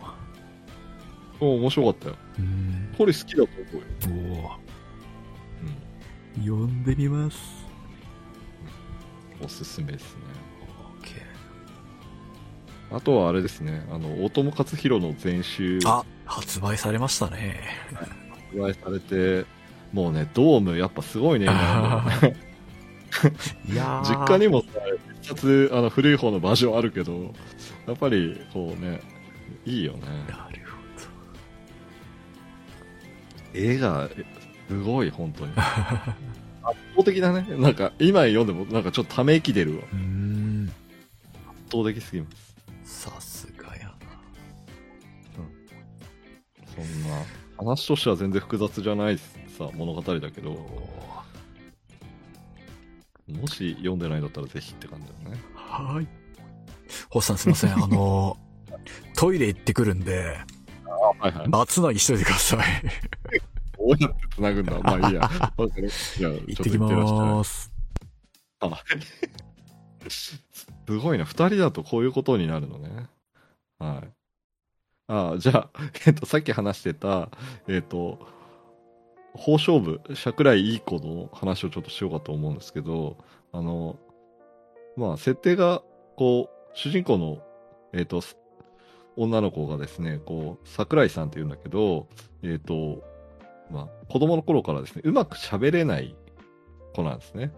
う。うん、面白かったよ。うん。これ好きだと思うよ。おー読んでみます。うん、おすすめですね。オッケーあとはあれですね、あの、大友克弘の全集あ、発売されましたね。発売されて、もうね、ドームやっぱすごいね。今ね (laughs) いや実家にもさ、一冊、あの、古い方のバージョンあるけど、やっぱり、こうね、いいよね。なるほ絵がすごい本当に圧倒的だねなんか今読んでもなんかちょっとため息出るわど。うん。圧倒的すぎますさすがやな。そんな話としては全然複雑じゃないさ物語だけどもし読んでないんだったらぜひって感じだねはい。星さんすいませ (laughs) ん。あの、トイレ行ってくるんで、はいはい松なぎしといてください。どうやってつなぐんだまあいいやわかるじゃあ行ちっょてきとらっしゃいまーす。あすごいな2人だとこういうことになるのねはいあじゃあ、 (laughs) えっと、さっき話してたえっと法勝部桜井いい子の話をちょっとしようかと思うんですけどあのまあ設定がこう主人公のえっとす女の子がですねこう桜井さんっていうんだけどえっとまあ子供の頃からですねうまく喋れない子なんですね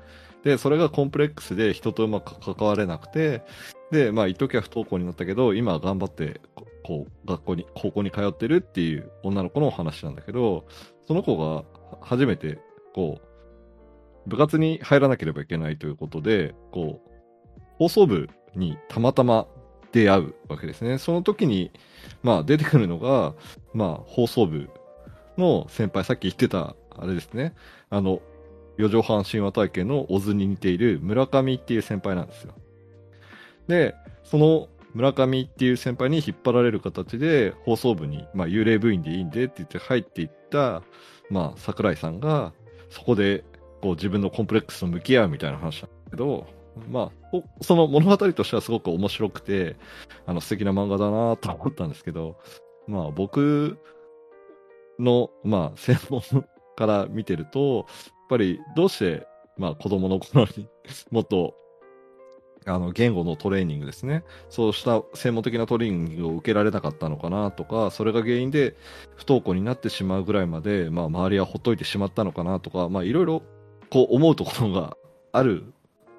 で、それがコンプレックスで人とうまく関われなくて、で、まあ、一時は不登校になったけど、今は頑張って、ここう、学校に、高校に通ってるっていう女の子のお話なんだけど、その子がは初めて、こう、部活に入らなければいけないということで、こう、放送部にたまたま出会うわけですね。その時に、まあ、出てくるのが、まあ、放送部の先輩、さっき言ってた、あれですね、あの、四畳半神話体系のオズに似ている村上っていう先輩なんですよ。で、その村上っていう先輩に引っ張られる形で放送部に、まあ、幽霊部員でいいんでって言って入っていった、まあ、桜井さんがそこでこう自分のコンプレックスと向き合うみたいな話なんだけど、まあ、おその物語としてはすごく面白くて、あの、素敵な漫画だなと思ったんですけど、まあ、僕の、まあ、専門から見てると、やっぱりどうして、まあ、子供の頃に (laughs) もっと、あの、言語のトレーニングですね。そうした専門的なトレーニングを受けられなかったのかなとか、それが原因で不登校になってしまうぐらいまで、まあ、周りはほっといてしまったのかなとか、まあ、いろいろ、こう思うところがある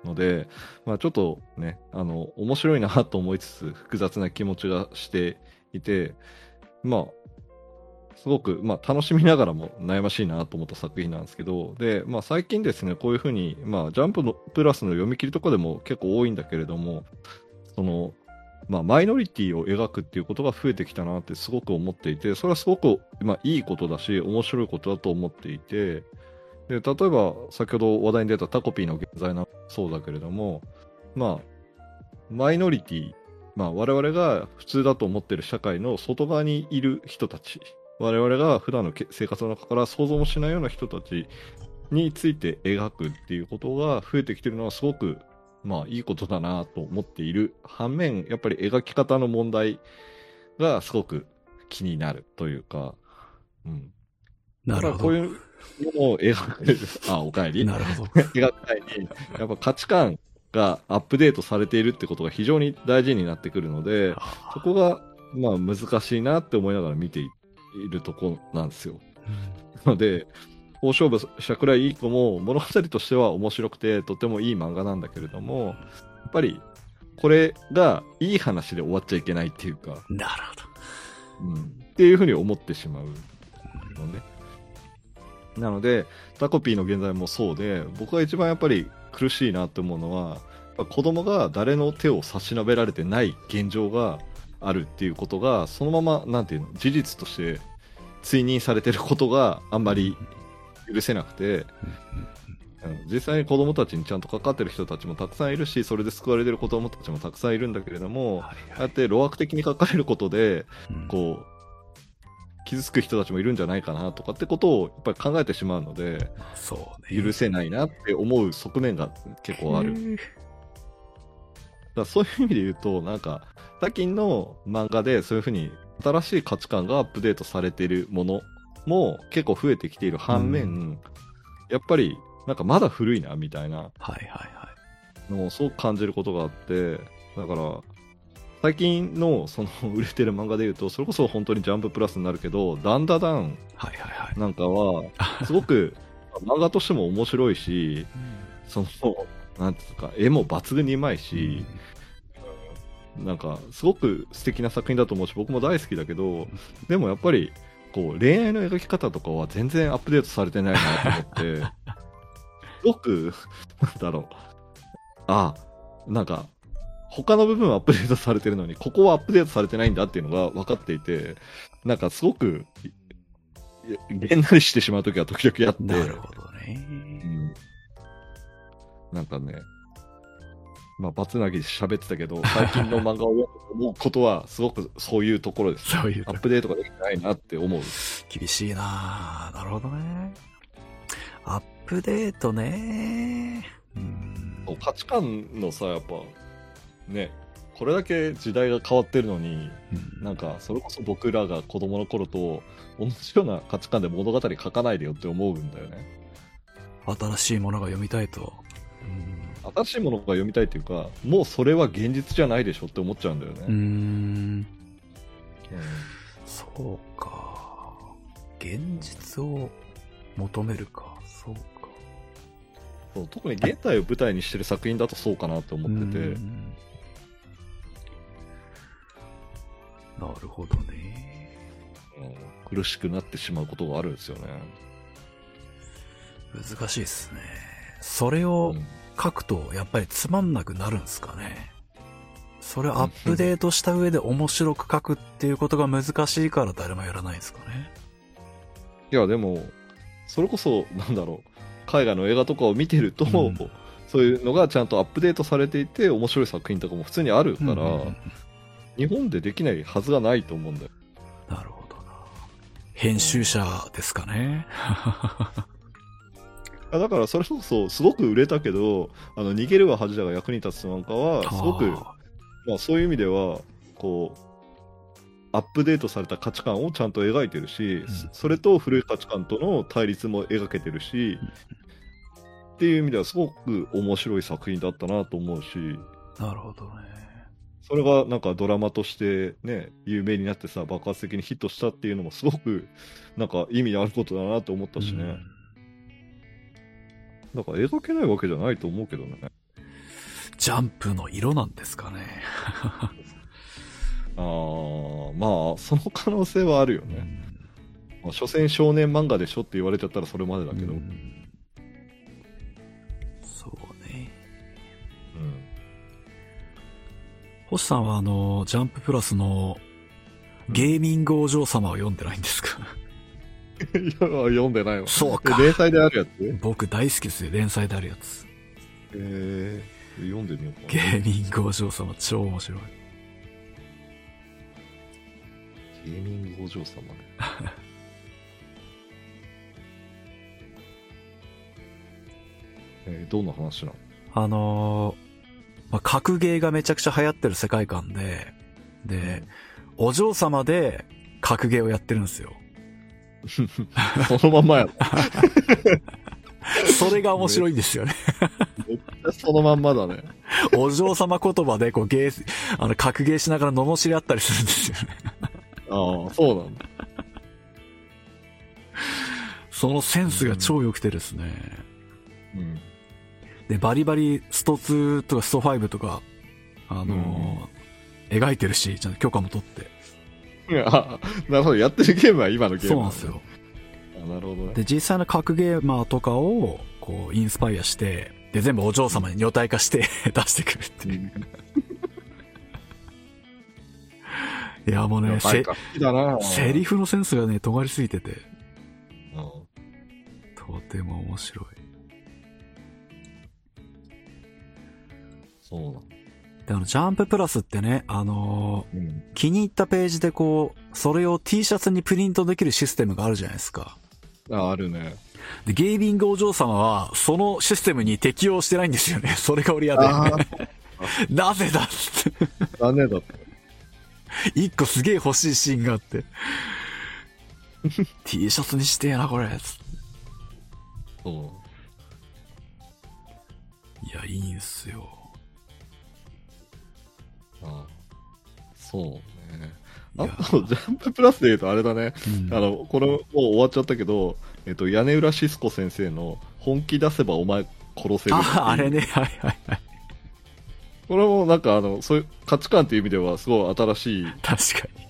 ので、まあ、ちょっとね、あの、面白いなと思いつつ、複雑な気持ちがしていて、まあ、すごく、まあ、楽しみながらも悩ましいなと思った作品なんですけど、で、まあ、最近ですね、こういうふうに、まあ、ジャンプのプラスの読み切りとかでも結構多いんだけれども、その、まあ、マイノリティを描くっていうことが増えてきたなってすごく思っていて、それはすごく、まあ、いいことだし、面白いことだと思っていて、で、例えば、先ほど話題に出たタコピーの現在なそうだけれども、まあ、マイノリティ、まあ、我々が普通だと思ってる社会の外側にいる人たち、我々が普段のけ生活の中から想像もしないような人たちについて描くっていうことが増えてきてるのはすごく、まあ、いいことだなと思っている。反面、やっぱり描き方の問題がすごく気になるというか、うん。なるほこうど。いうのを描く、あ、おか (laughs) えり。なるほど。描く際に、やっぱ価値観がアップデートされているってことが非常に大事になってくるので、そこが、まあ難しいなって思いながら見ているとこなんですよ。 (laughs) なので、大勝負、桜井いい子も物語としては面白くて、とてもいい漫画なんだけれども、やっぱり、これがいい話で終わっちゃいけないっていうか、うんなるほど。うんっていうふうに思ってしまうのね。なので、タコピーの現在もそうで、僕が一番やっぱり苦しいなって思うのは、やっぱ子供が誰の手を差し伸べられてない現状があるっていうことが、そのまま、なんていうの、事実として追認されてることがあんまり許せなくて、うん実際に子供たちにちゃんとかかってる人たちもたくさんいるし、それで救われてる子供たちもたくさんいるんだけれども、あはいあはやいって路悪的に書かれることで、うんこう、傷つく人たちもいるんじゃないかなとかってことをやっぱり考えてしまうので、そうね。許せないなって思う側面が結構ある。だか。らそういう意味で言うと、なんか、最近の漫画でそういうふうに新しい価値観がアップデートされているものも結構増えてきている反面、うやっぱりなんかまだ古いなみたいなはいはいはい。のをすごく感じることがあって、だから、最近のその売れてる漫画で言うと、それこそ本当にジャンププラスになるけど、ダンダダンはいはいはい。なんかは、すごく漫画としても面白いし、その、なんていうんですか、絵も抜群にうまいし、なんか、すごく素敵な作品だと思うし、僕も大好きだけど、でもやっぱり、こう、恋愛の描き方とかは全然アップデートされてないなと思 (laughs) って、すごく、なんだろう、あ、なんか、他の部分はアップデートされてるのに、ここはアップデートされてないんだっていうのが分かっていて、なんかすごく、いげんなりしてしまうときは時々あって、なるほどね。うんなんかね、まあ、バツナギ喋ってたけど、最近の漫画を読んで思うことは、すごくそういうところです。そういうとアップデートができてないなって思う。厳しいなぁなるほどね。アップデートねうん価値観のさ、やっぱ、ね、これだけ時代が変わってるのに、うんなんか、それこそ僕らが子供の頃と同じような価値観で物語書かないでよって思うんだよね。新しいものが読みたいと。うん新しいものが読みたいっていうか、もうそれは現実じゃないでしょって思っちゃうんだよね。うーん、うんそうか。現実を求めるか。そうか。そう特に現代を舞台にしてる作品だとそうかなと思ってて、うんなるほどね。うん苦しくなってしまうことがあるんですよね。難しいですね。それをうん書くと、やっぱりつまんなくなるんですかね。それをアップデートした上で面白く書くっていうことが難しいから誰もやらないんですかね。いやでもそれこそなんだろう海外の映画とかを見てると、うん (laughs) そういうのがちゃんとアップデートされていて面白い作品とかも普通にあるから、うんうんうん日本でできないはずがないと思うんだよ。なるほどな。編集者ですかね。やだからそれこそすごく売れたけどあの逃げるは恥だが役に立つなんかはすごくあまあ、そういう意味ではこうアップデートされた価値観をちゃんと描いてるし、うんそそれと古い価値観との対立も描けてるし、っていう意味ではすごく面白い作品だったなと思うしーなるほどね。それがなんかドラマとしてね有名になってさ爆発的にヒットしたっていうのもすごくなんか意味あることだなと思ったしね、うんだから描けないわけじゃないと思うけどねジャンプの色なんですかね。あーまあその可能性はあるようね、んまあ、所詮少年漫画でしょって言われちゃったらそれまでだけど、うんそうね。うん星さんはあの、ジャンププラスのゲーミングお嬢様を読んでないんですか (laughs) いや、読ん (laughs) でないわ。そうえか。連載であるやつ僕大好きですよ、連載であるやつ。えー、読んでみようかゲな。ーミングお嬢様、超面白い。ゲーミングお嬢様 (laughs) ね。えー、どんな話なのあのーまあ、格ゲーがめちゃくちゃ流行ってる世界観で、で、お嬢様で格ゲーをやってるんですよ。そのまんまや。それが面白いんですよね。 (laughs) そのまんまだね。お嬢様言葉で、こう、ゲー、あの、格ゲーしながら罵り合ったりするんですよね。ああ、そうなんだ。そのセンスが超良くてですね。うん。で、バリバリスト2とかスト5とか、あのー描いてるし、ちゃんと許可も取って。あなるほど。やってるゲームは今のゲームそうなんですよ。。あなるほどね。で、実際の格ゲーマーとかを、こう、インスパイアして、で、全部お嬢様に女体化して (laughs) 出してくるっていう。いや、もうね、やばいせか好きだな。セリフのセンスがね、尖りすぎてて、うんとても面白い。そうなんだ。で、あの、ジャンププラスってね、あのうん。ー気に入ったページでこう、それを T シャツにプリントできるシステムがあるじゃないですか。あ、あるね。で、ゲービングお嬢様は、そのシステムに適用してないんですよね。 (laughs) それが俺嫌で。ああ、なぜだっつって。残念だった。一個すげえ欲しいシーンがあって。T シャツにしてえな、これ。つってそう。いや、いいんすよ。あそうね。いあやと、ジャンププラスで言うとあれだね。うんあの、これもう終わっちゃったけど、えっと、屋根裏シスコ先生の本気出せばお前殺せる。あ、あれ。ね、はいはいはい。これもなんかあの、そういう価値観っていう意味ではすごい新しい確かに。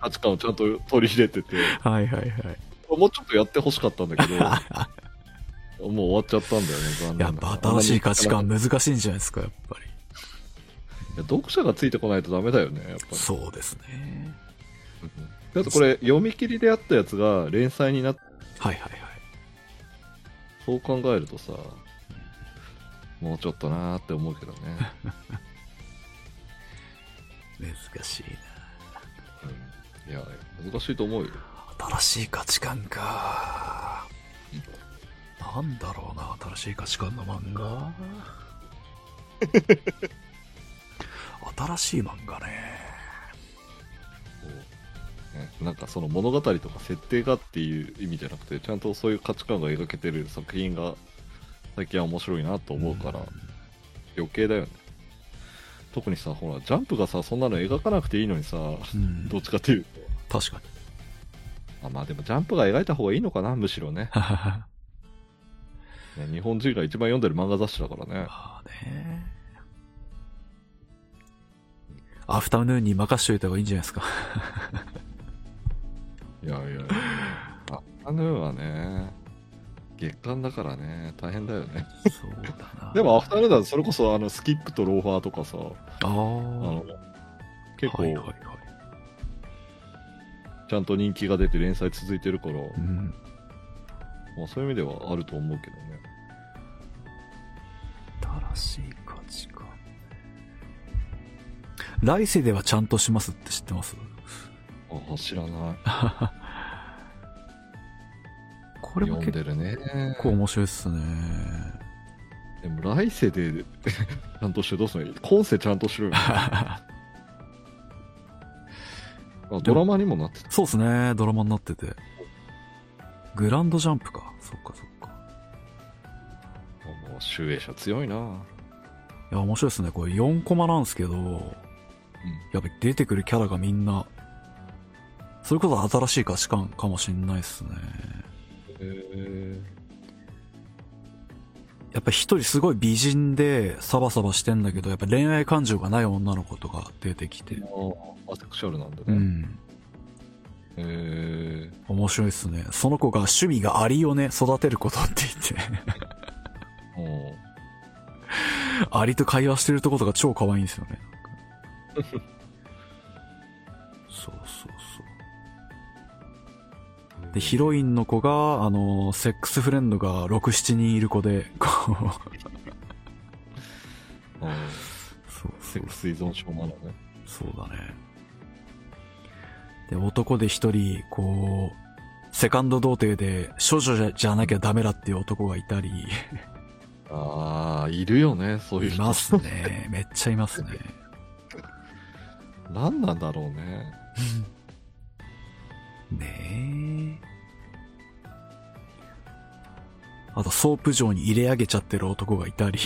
価値観をちゃんと取り入れ (laughs) てて、はいはいはい。もうちょっとやってほしかったんだけ (laughs) ど、もう終わっちゃったんだよね、残念なやっぱ新しい価値観難しいんじゃないですか、やっぱり。いや読者がついてこないとダメだよね、やっぱり。そうですね。だってこれ、読み切りであったやつが連載になっはいはいはい。そう考えるとさ、もうちょっとなーって思 (laughs) うけどね。難しいうん、いや、難しいと思うよ。な。新しい価値観か。なんだろうな、新しい価値観の漫 (laughs) 画。新しい漫画ね。こうねなんかその物語とか設定がっていう意味じゃなくて、ちゃんとそういう価値観が描けてる作品が最近は面白いなと思うから、余計だよね。特にさ、ほら、ジャンプがさ、そんなの描かなくていいのにさ、うんどっちかっていうと、確かに。あまあでもジャンプが描いた方がいいのかな、むしろね。 (laughs) まね日本人が一番読んでる漫画雑誌だからね。あね。アフタヌーンに任しといた方がいいんじゃない (laughs) ですか。いやいやいや、ああのはね、月間だからね、大変だよね。そうだな。でも、アフターヌーンだとそれこそあのスキップとローファーとかさ、ああ。あの結構はいはいはい。ちゃんと人気が出て連載続いてるから、うん。まあ、そういう意味ではあると思うけどね。新しい価値観。来世ではちゃんとしますって知ってますああ、知らない。ここれも読ん結でるね。構面白いっすね。でも来世で (laughs) ちゃんとしてどうするの今世ちゃん (laughs) としろよ。あドラマにもなってた。そうっすね。ドラマになってて。グランドジャンプか。そっかそっか。もう、集英者強いな。いや、面白いですね。これ4コマなんですけど、やっぱり出てくるキャラがみんな、それこそ新しい価値観かもしんないですね。えやっぱ一人すごい美人でサバサバしてんだけど、やっぱ恋愛感情がない女の子とか出てきて。あアセクシャルなんだね。うん。えー面白いですね。その子が趣味がアリをね、育てることって言って、 (laughs) おうアリと会話してるとことが超可愛いんですよね。 (laughs) そうそうそう。で、ヒロインの子が、あの、セックスフレンドが6、7人いる子で、こう、おうそうそセうックス依存症なのね。そうだね。で、男で一人、こう、セカンド童貞で、少女じゃじゃなきゃダメだっていう男がいたり、ああ、いるよね、そういうい人。ますね。めっちゃいますね。何なんだろうね。ねえ。あと、ソープ場に入れ上げちゃってる男がい (laughs) たり、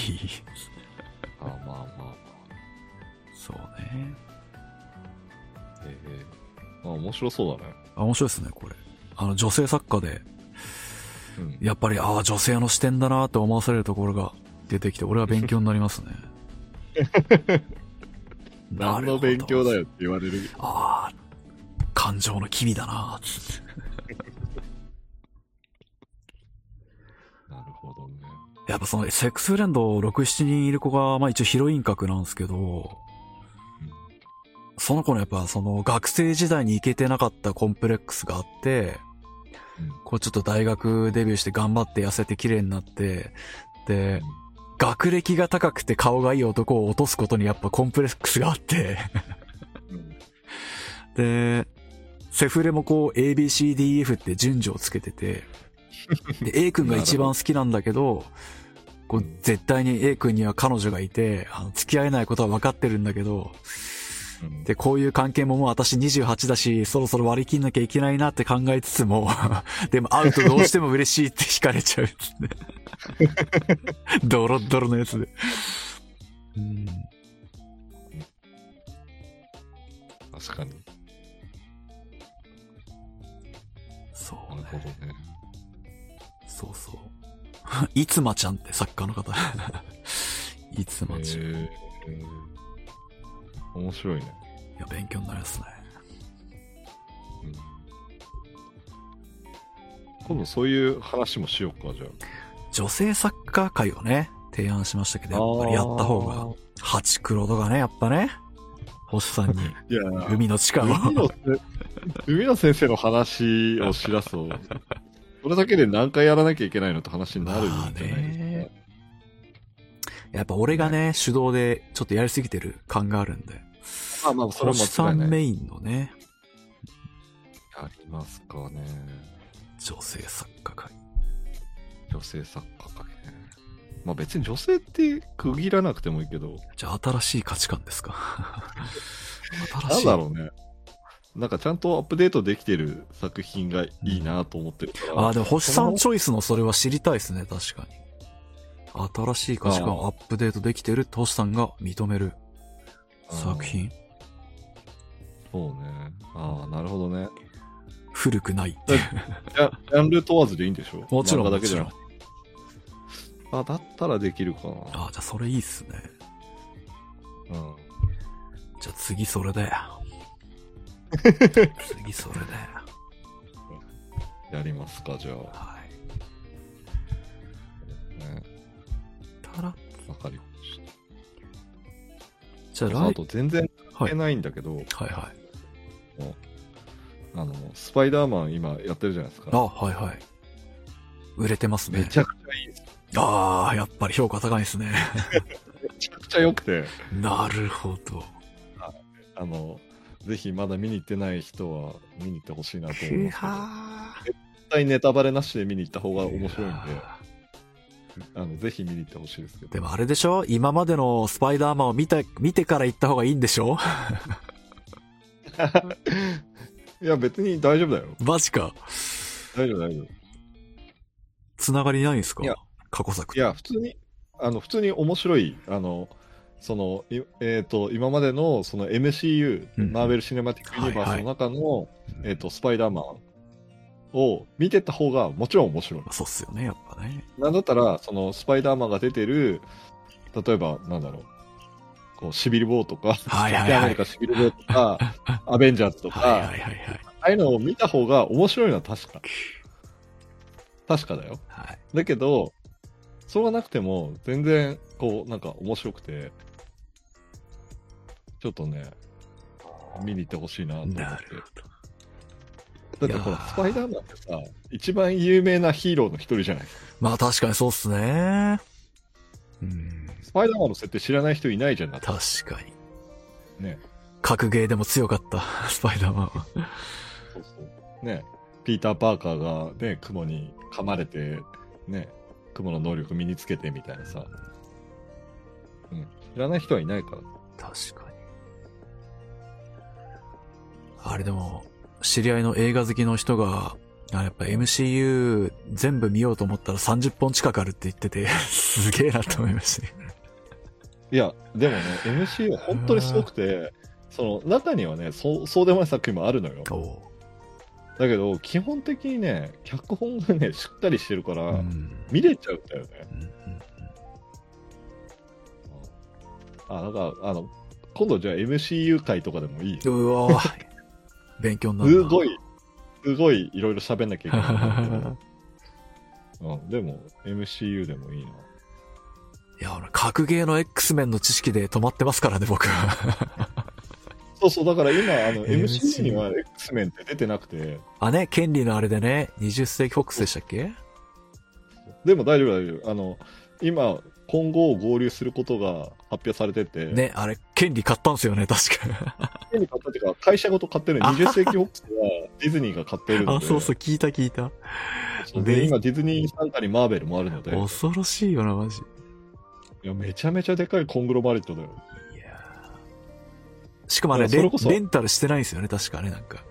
あまあまあまそうね。あ。ええあ面白そうだね。あ、面白いですね、これ。あの、女性作家で、うん。やっぱり、ああ、女性の視点だなって思わされるところが出てきて、俺は勉強になりますね。 (laughs) 何の勉強だよ。よって言われる。ああ、感情の機微だなつってなるほどね。やっぱその、セックスフレンド6、7人いる子が、まあ一応ヒロイン格なんですけど、その子のやっぱその、学生時代に行けてなかったコンプレックスがあって、うんこうちょっと大学デビューして頑張って痩せて綺麗になって、で、学歴が高くて顔がいい男を落とすことにやっぱコンプレックスがあって、 (laughs) うんで、セフレもこう ABCDF って順序をつけてて、で、A 君が一番好きなんだけど、こう絶対に A 君には彼女がいて、あの付き合えないことは分かってるんだけど、うんで、こういう関係ももう私28だし、そろそろ割り切んなきゃいけないなって考えつつも、 (laughs) でも会うとどうしても嬉しいって惹かれちゃう (laughs) っつって。ドロッドロのやつで。うん。確かに。そうなね。るほどね。そうそう。 (laughs) いつまちゃんって作家の方。 (laughs) いつまちゃん。いええ面白いね。や、勉強になりますね。うん今度そういう話もしようか、じゃ女性作家会をね、提案しましたけあ。ど、やっぱりやった方が。。ハチクロとかね、やっぱね。星さんに、いや、海の地下を。海野せ (laughs) 海野先生の話を知らそう。それだけで何回やらなきゃいけないのって話になるんじゃないですか、ね。やっぱ俺がね、手動でちょっとやりすぎてる感があるんで。まあまあ、それは星さ間違いんない。メインのね、ありますかね。女性作家会。女性作家かね。まあ別に女性って区切らなくてもいいけど、じゃあ新しい価値観です (laughs) か。新なしんい。だろうね。なんかちゃんとアップデートできてる作品がいいなと思ってるから。あー、でも星さんチョイスのそれは知りたいですね、確かに。新しい価値観をアップデートできてるって星さんが認める作品。そうね。ああ、なるほどね。古くないっていう。ジャジャンル問わずでいいんでしょもちろ漫ん、も画だけちじゃろなんく。てあ、だったらできるかな。あーじゃあそれいいっすね。うん。じゃあ次それだ (laughs) よ。次それだよ。やりますか、じゃあ。はい。ね、たらわかりましじゃあた。あ来、と全然関係ないんだけど、はいはい。あの、スパイダーマン今やってるじゃないですあ、か。はいはい。売れてますめね。ちゃくちゃいいです。ああ、やっぱり評価高いですね。 (laughs) めちゃくちゃ良くて、なるほど。あの、ぜひまだ見に行ってない人は見に行ってほしいなと思いますけど。は対ネタバレなしで見に行った方が面白いんで、やあのぜひ見に行ってほしいですけーど。でもあれでしょ今までのスパイダーマンを見た、見てから行った方がいいんでしょ (laughs) いや、別に大丈夫だよ。マジか。大丈夫、大丈夫。つながりないんですかいや過去作いと。や、普通に、あの、普通に面白い、あの、その、いえっ、と、今までの、その MCU、うんマーベル・シネマティック・ユニバースの中の、えっ、と、スパイダーマンを見てった方が、もちろん面白い。まあそうっすよね、やっぱね。なんだったら、その、スパイダーマンが出てる、例えば、なんだろう、こう、シビル・ボーとか、はいはいはいキャプテンアメリカ・シビル・ボーと (laughs) か、アベンジャーズとか、はいはいはいはい。ああいうのを見た方が面白いのは確か。確かだよ。はい。だけど、それがなくても、全然、こう、なんか面白くて、ちょっとね、見に行ってほしいなと思って。なるほど。だってほいやら、ースパイダーマンってさ、一番有名なヒーローの一人じゃないですか。まあ確かにそうっすね。うん。スパイダーマンの設定知らない人いないじゃんなって。確かに。ね。格ゲーでも強かった、 (laughs) スパイダーマンは。そうそう。ね。ピーター・パーカーがね、雲に噛まれて、ね、雲の能力身につけてみたいなさ。うん。知らない人はいないから。確かに。あれでも、知り合いの映画好きの人が、あやっぱ MCU 全部見ようと思ったら30本近くあるって言って (laughs) て、すげえなと思いましたね。いや、でもね、MCU は本当にすごくて、その中にはねそう、そうでもない作品もあるのよ。おだけど、基本的にね、脚本がね、しっかりしてるから、うんうん見れちゃうんだよね。うんあ、だから、あの、今度じゃあ MCU 会とかでもいいよ。うんうわぁ勉強になるすな。ごい、すごいいろいろ喋んなきゃいけないんだけど。うん、でも、MCU でもいい (laughs) な。いや、俺格ゲーの X メンの知識で止まってますからね、僕は。そうそう、だから今、あ (laughs) の、 MCU MCU には X メンって出てなくて、あ、ね、権利のあれでね、20世紀フォックスでしたっけでも大丈夫、大丈夫。あの、今、今後合流することが発表されてて、ね、あれ、権利買ったんすよね、確か。手に買ったっていうか、会社ごと買ってる。あ20世紀フォックスはディズニーが買ってるので。あ、そうそう、聞いた聞いた。そうでで今、ディズニー参加にマーベルもあるので。恐ろしいよな、マジ。いや、めちゃめちゃでかいコングロマリットだよ。いやーしかもあれいやそレれンこそレンタルしてないんですよね、確かね、なんか。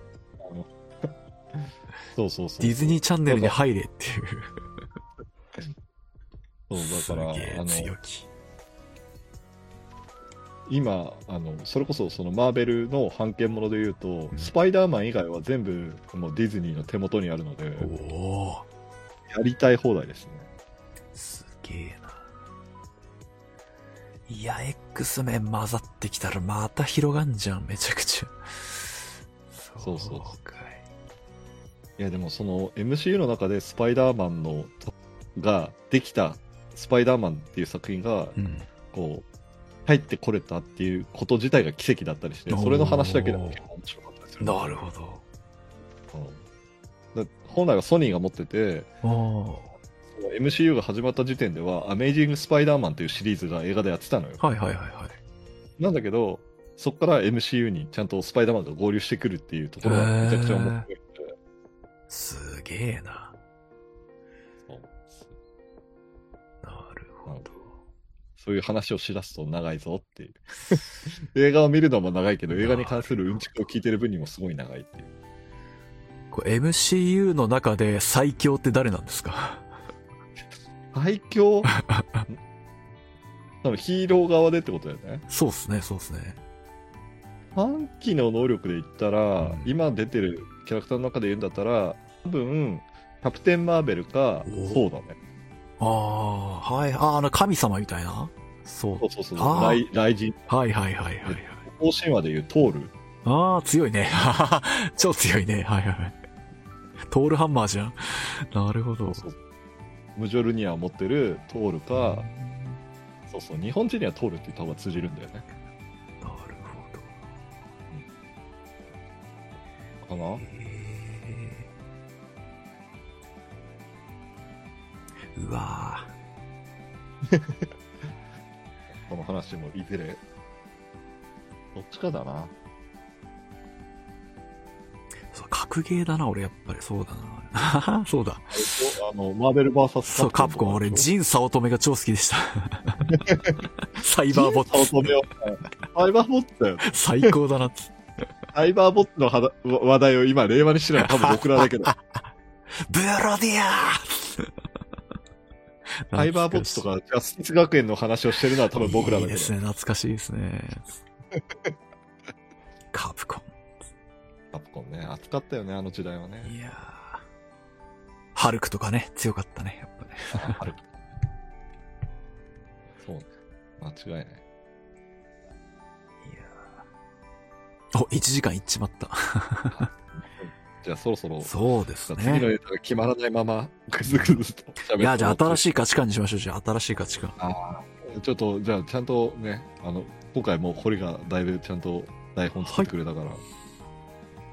そうそうそう。ディズニーチャンネルに入れっていう。 (laughs) そう、だから、すげえあの強、気。今、あの、それこそ、その、マーベルの版権もので言うと、んスパイダーマン以外は全部、もうディズニーの手元にあるので、おおやりたい放題ですね。すげえな。いや、X 面混ざってきたらまた広がんじゃん、めちゃくちゃ。そうそうかい。いやでもその MCU の中でスパイダーマンのとができたスパイダーマンっていう作品がうん。こう入ってこれたっていうこと自体が奇跡だったりしてそれの話だけでも結構面白かったりするなるほど。うんだ本来はソニーが持ってておおその MCU が始まった時点では「アメイジング・スパイダーマン」っていうシリーズが映画でやってたのよーはいはいはいはい。なんだけどそこから MCU にちゃんとスパイダーマンが合流してくるっていうところがめちゃくちゃ面白いすげえな。そうなるほど。そういう話をしだすと長いぞっていう。 (laughs) 映画を見るのも長いけど、映画に関するうんちくを聞いてる分にもすごい長いっていう。これ MCU の中で最強って誰なんですか (laughs) 最強多分ヒーロー側でってことだよね。そうっすね、そうっすね。短期の能力で言ったら、うん今出てるキャラクターの中で言うんだったら、多分、キャプテン・マーベルかお、そうだね。ああ、はい、あーあの神様みたいなそうそうそうそう、あー雷雷神、はいはいはいはいはい。方神話で言うトール。ああ、強いね。 (laughs) ははは超強いね。はいはいはい。トールハンマーじゃん。なるほど。ムジョルニアを持ってるトールか、そうそう、日本人にはトールって言った方が通じるんだよね。なるほど。かなへーうわーこの話もいずれ。どっちかだな。そう、か格ゲーだな、俺やっぱり。そうだな。 (laughs) そうだ。あの、マーベル VS そう、カプコン、俺、ジジン・サオトメが超好きで (laughs) した。サイバーボッサオトメをサイバーボットだよ。ト。最高だなって。サイバーボットの話話題を今、令和にしてるのは多分僕 (laughs) らだけど、ブロディアーサイバーボットとか、ジャスティス学園の話をしてるのは多分僕らいだいけでど。すね、懐かしいですね。カプコカプコンね、熱かったよね、あの時代はン。 (laughs) ね。いやーハルクとかね、強かったね、やっぱね。あるそうね。間違いない。いやーお、1時間いっちまった。じゃあそろそろ、そうです次のね。ネタが決まらないまま、ぐずぐずと喋っいてや、じゃあ新しい価値観にしましょう、じゃあ新しい価値観。ちょっと、じゃあ、ちゃんとね、あの、今回もう堀がだいぶちゃんと台本作ってくれたから、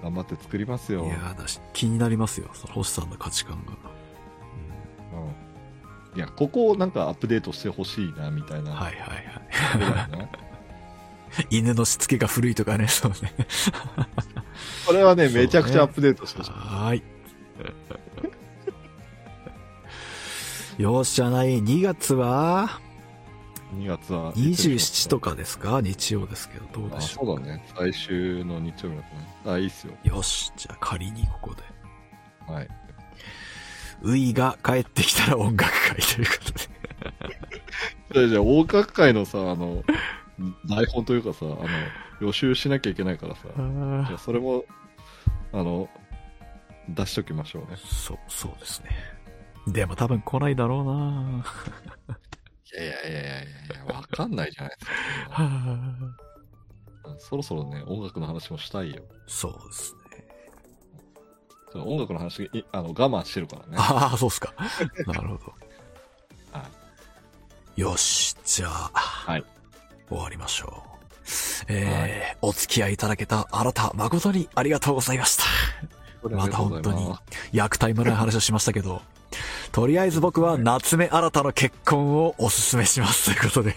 頑張って作りますよ。いやーだし、気になりますよ、その星さんの価値観が。うんいや、ここをなんかアップデートしてほしいな、みたいな。はいはいはい。あれだよね犬のしつけが古いとかね、そうね。これはね、そうねめちゃくちゃアップデートしてほしい。はーい。よっしゃない、2月は、 2月は。 27とかですか日曜ですけど、どうあ。でしそょううだね。最終の日曜日だったね。あ、いいっすよ。よし、じゃあ仮にここで。はい。ウイが帰ってきたら音楽会ということで。じゃあ、じゃあ、大学会のさ、(laughs) あの、台本というかさ、あの、予習しなきゃいけないからさ。じゃあそれも、あの、出しときましょうね。そう、そうですね。でも多分来ないだろうないやいやいやいやいや、わかんないじゃないですか。はー (laughs) そろそろね、音楽の話もしたいよ。そうですね。その音楽の話、いあの我慢してるからね。ああ、そうっ (laughs) すか。なるほど。はよし、じゃあ、い終わりましょう。えーお付き合いいただけたあなた、誠にありがとうございました。 (laughs) また本当に役体もない話をしましたけど、とりあえず僕は夏目新たの結婚をお勧めしますということで。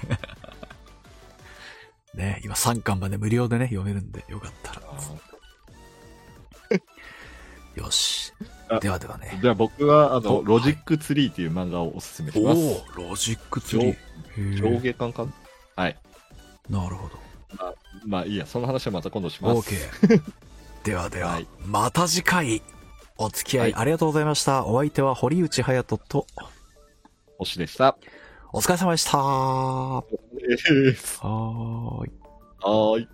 (laughs) ね、今3巻まで無料でね、読めるんで、よかったら。よしあ。ではではね。じゃあ僕は、あの、おロジックツリーっていう漫画をおすすめします。おー、ロジックツ上リー。へー上下感かなはい。なるほど。まあいいや、その話はまた今度します。 OK。ではでは、はいまた次回、お付き合はいいありがとうございました。お相手は堀内隼人と、星で (laughs) した。お疲れ様でした。は (laughs) えーーい。はーい。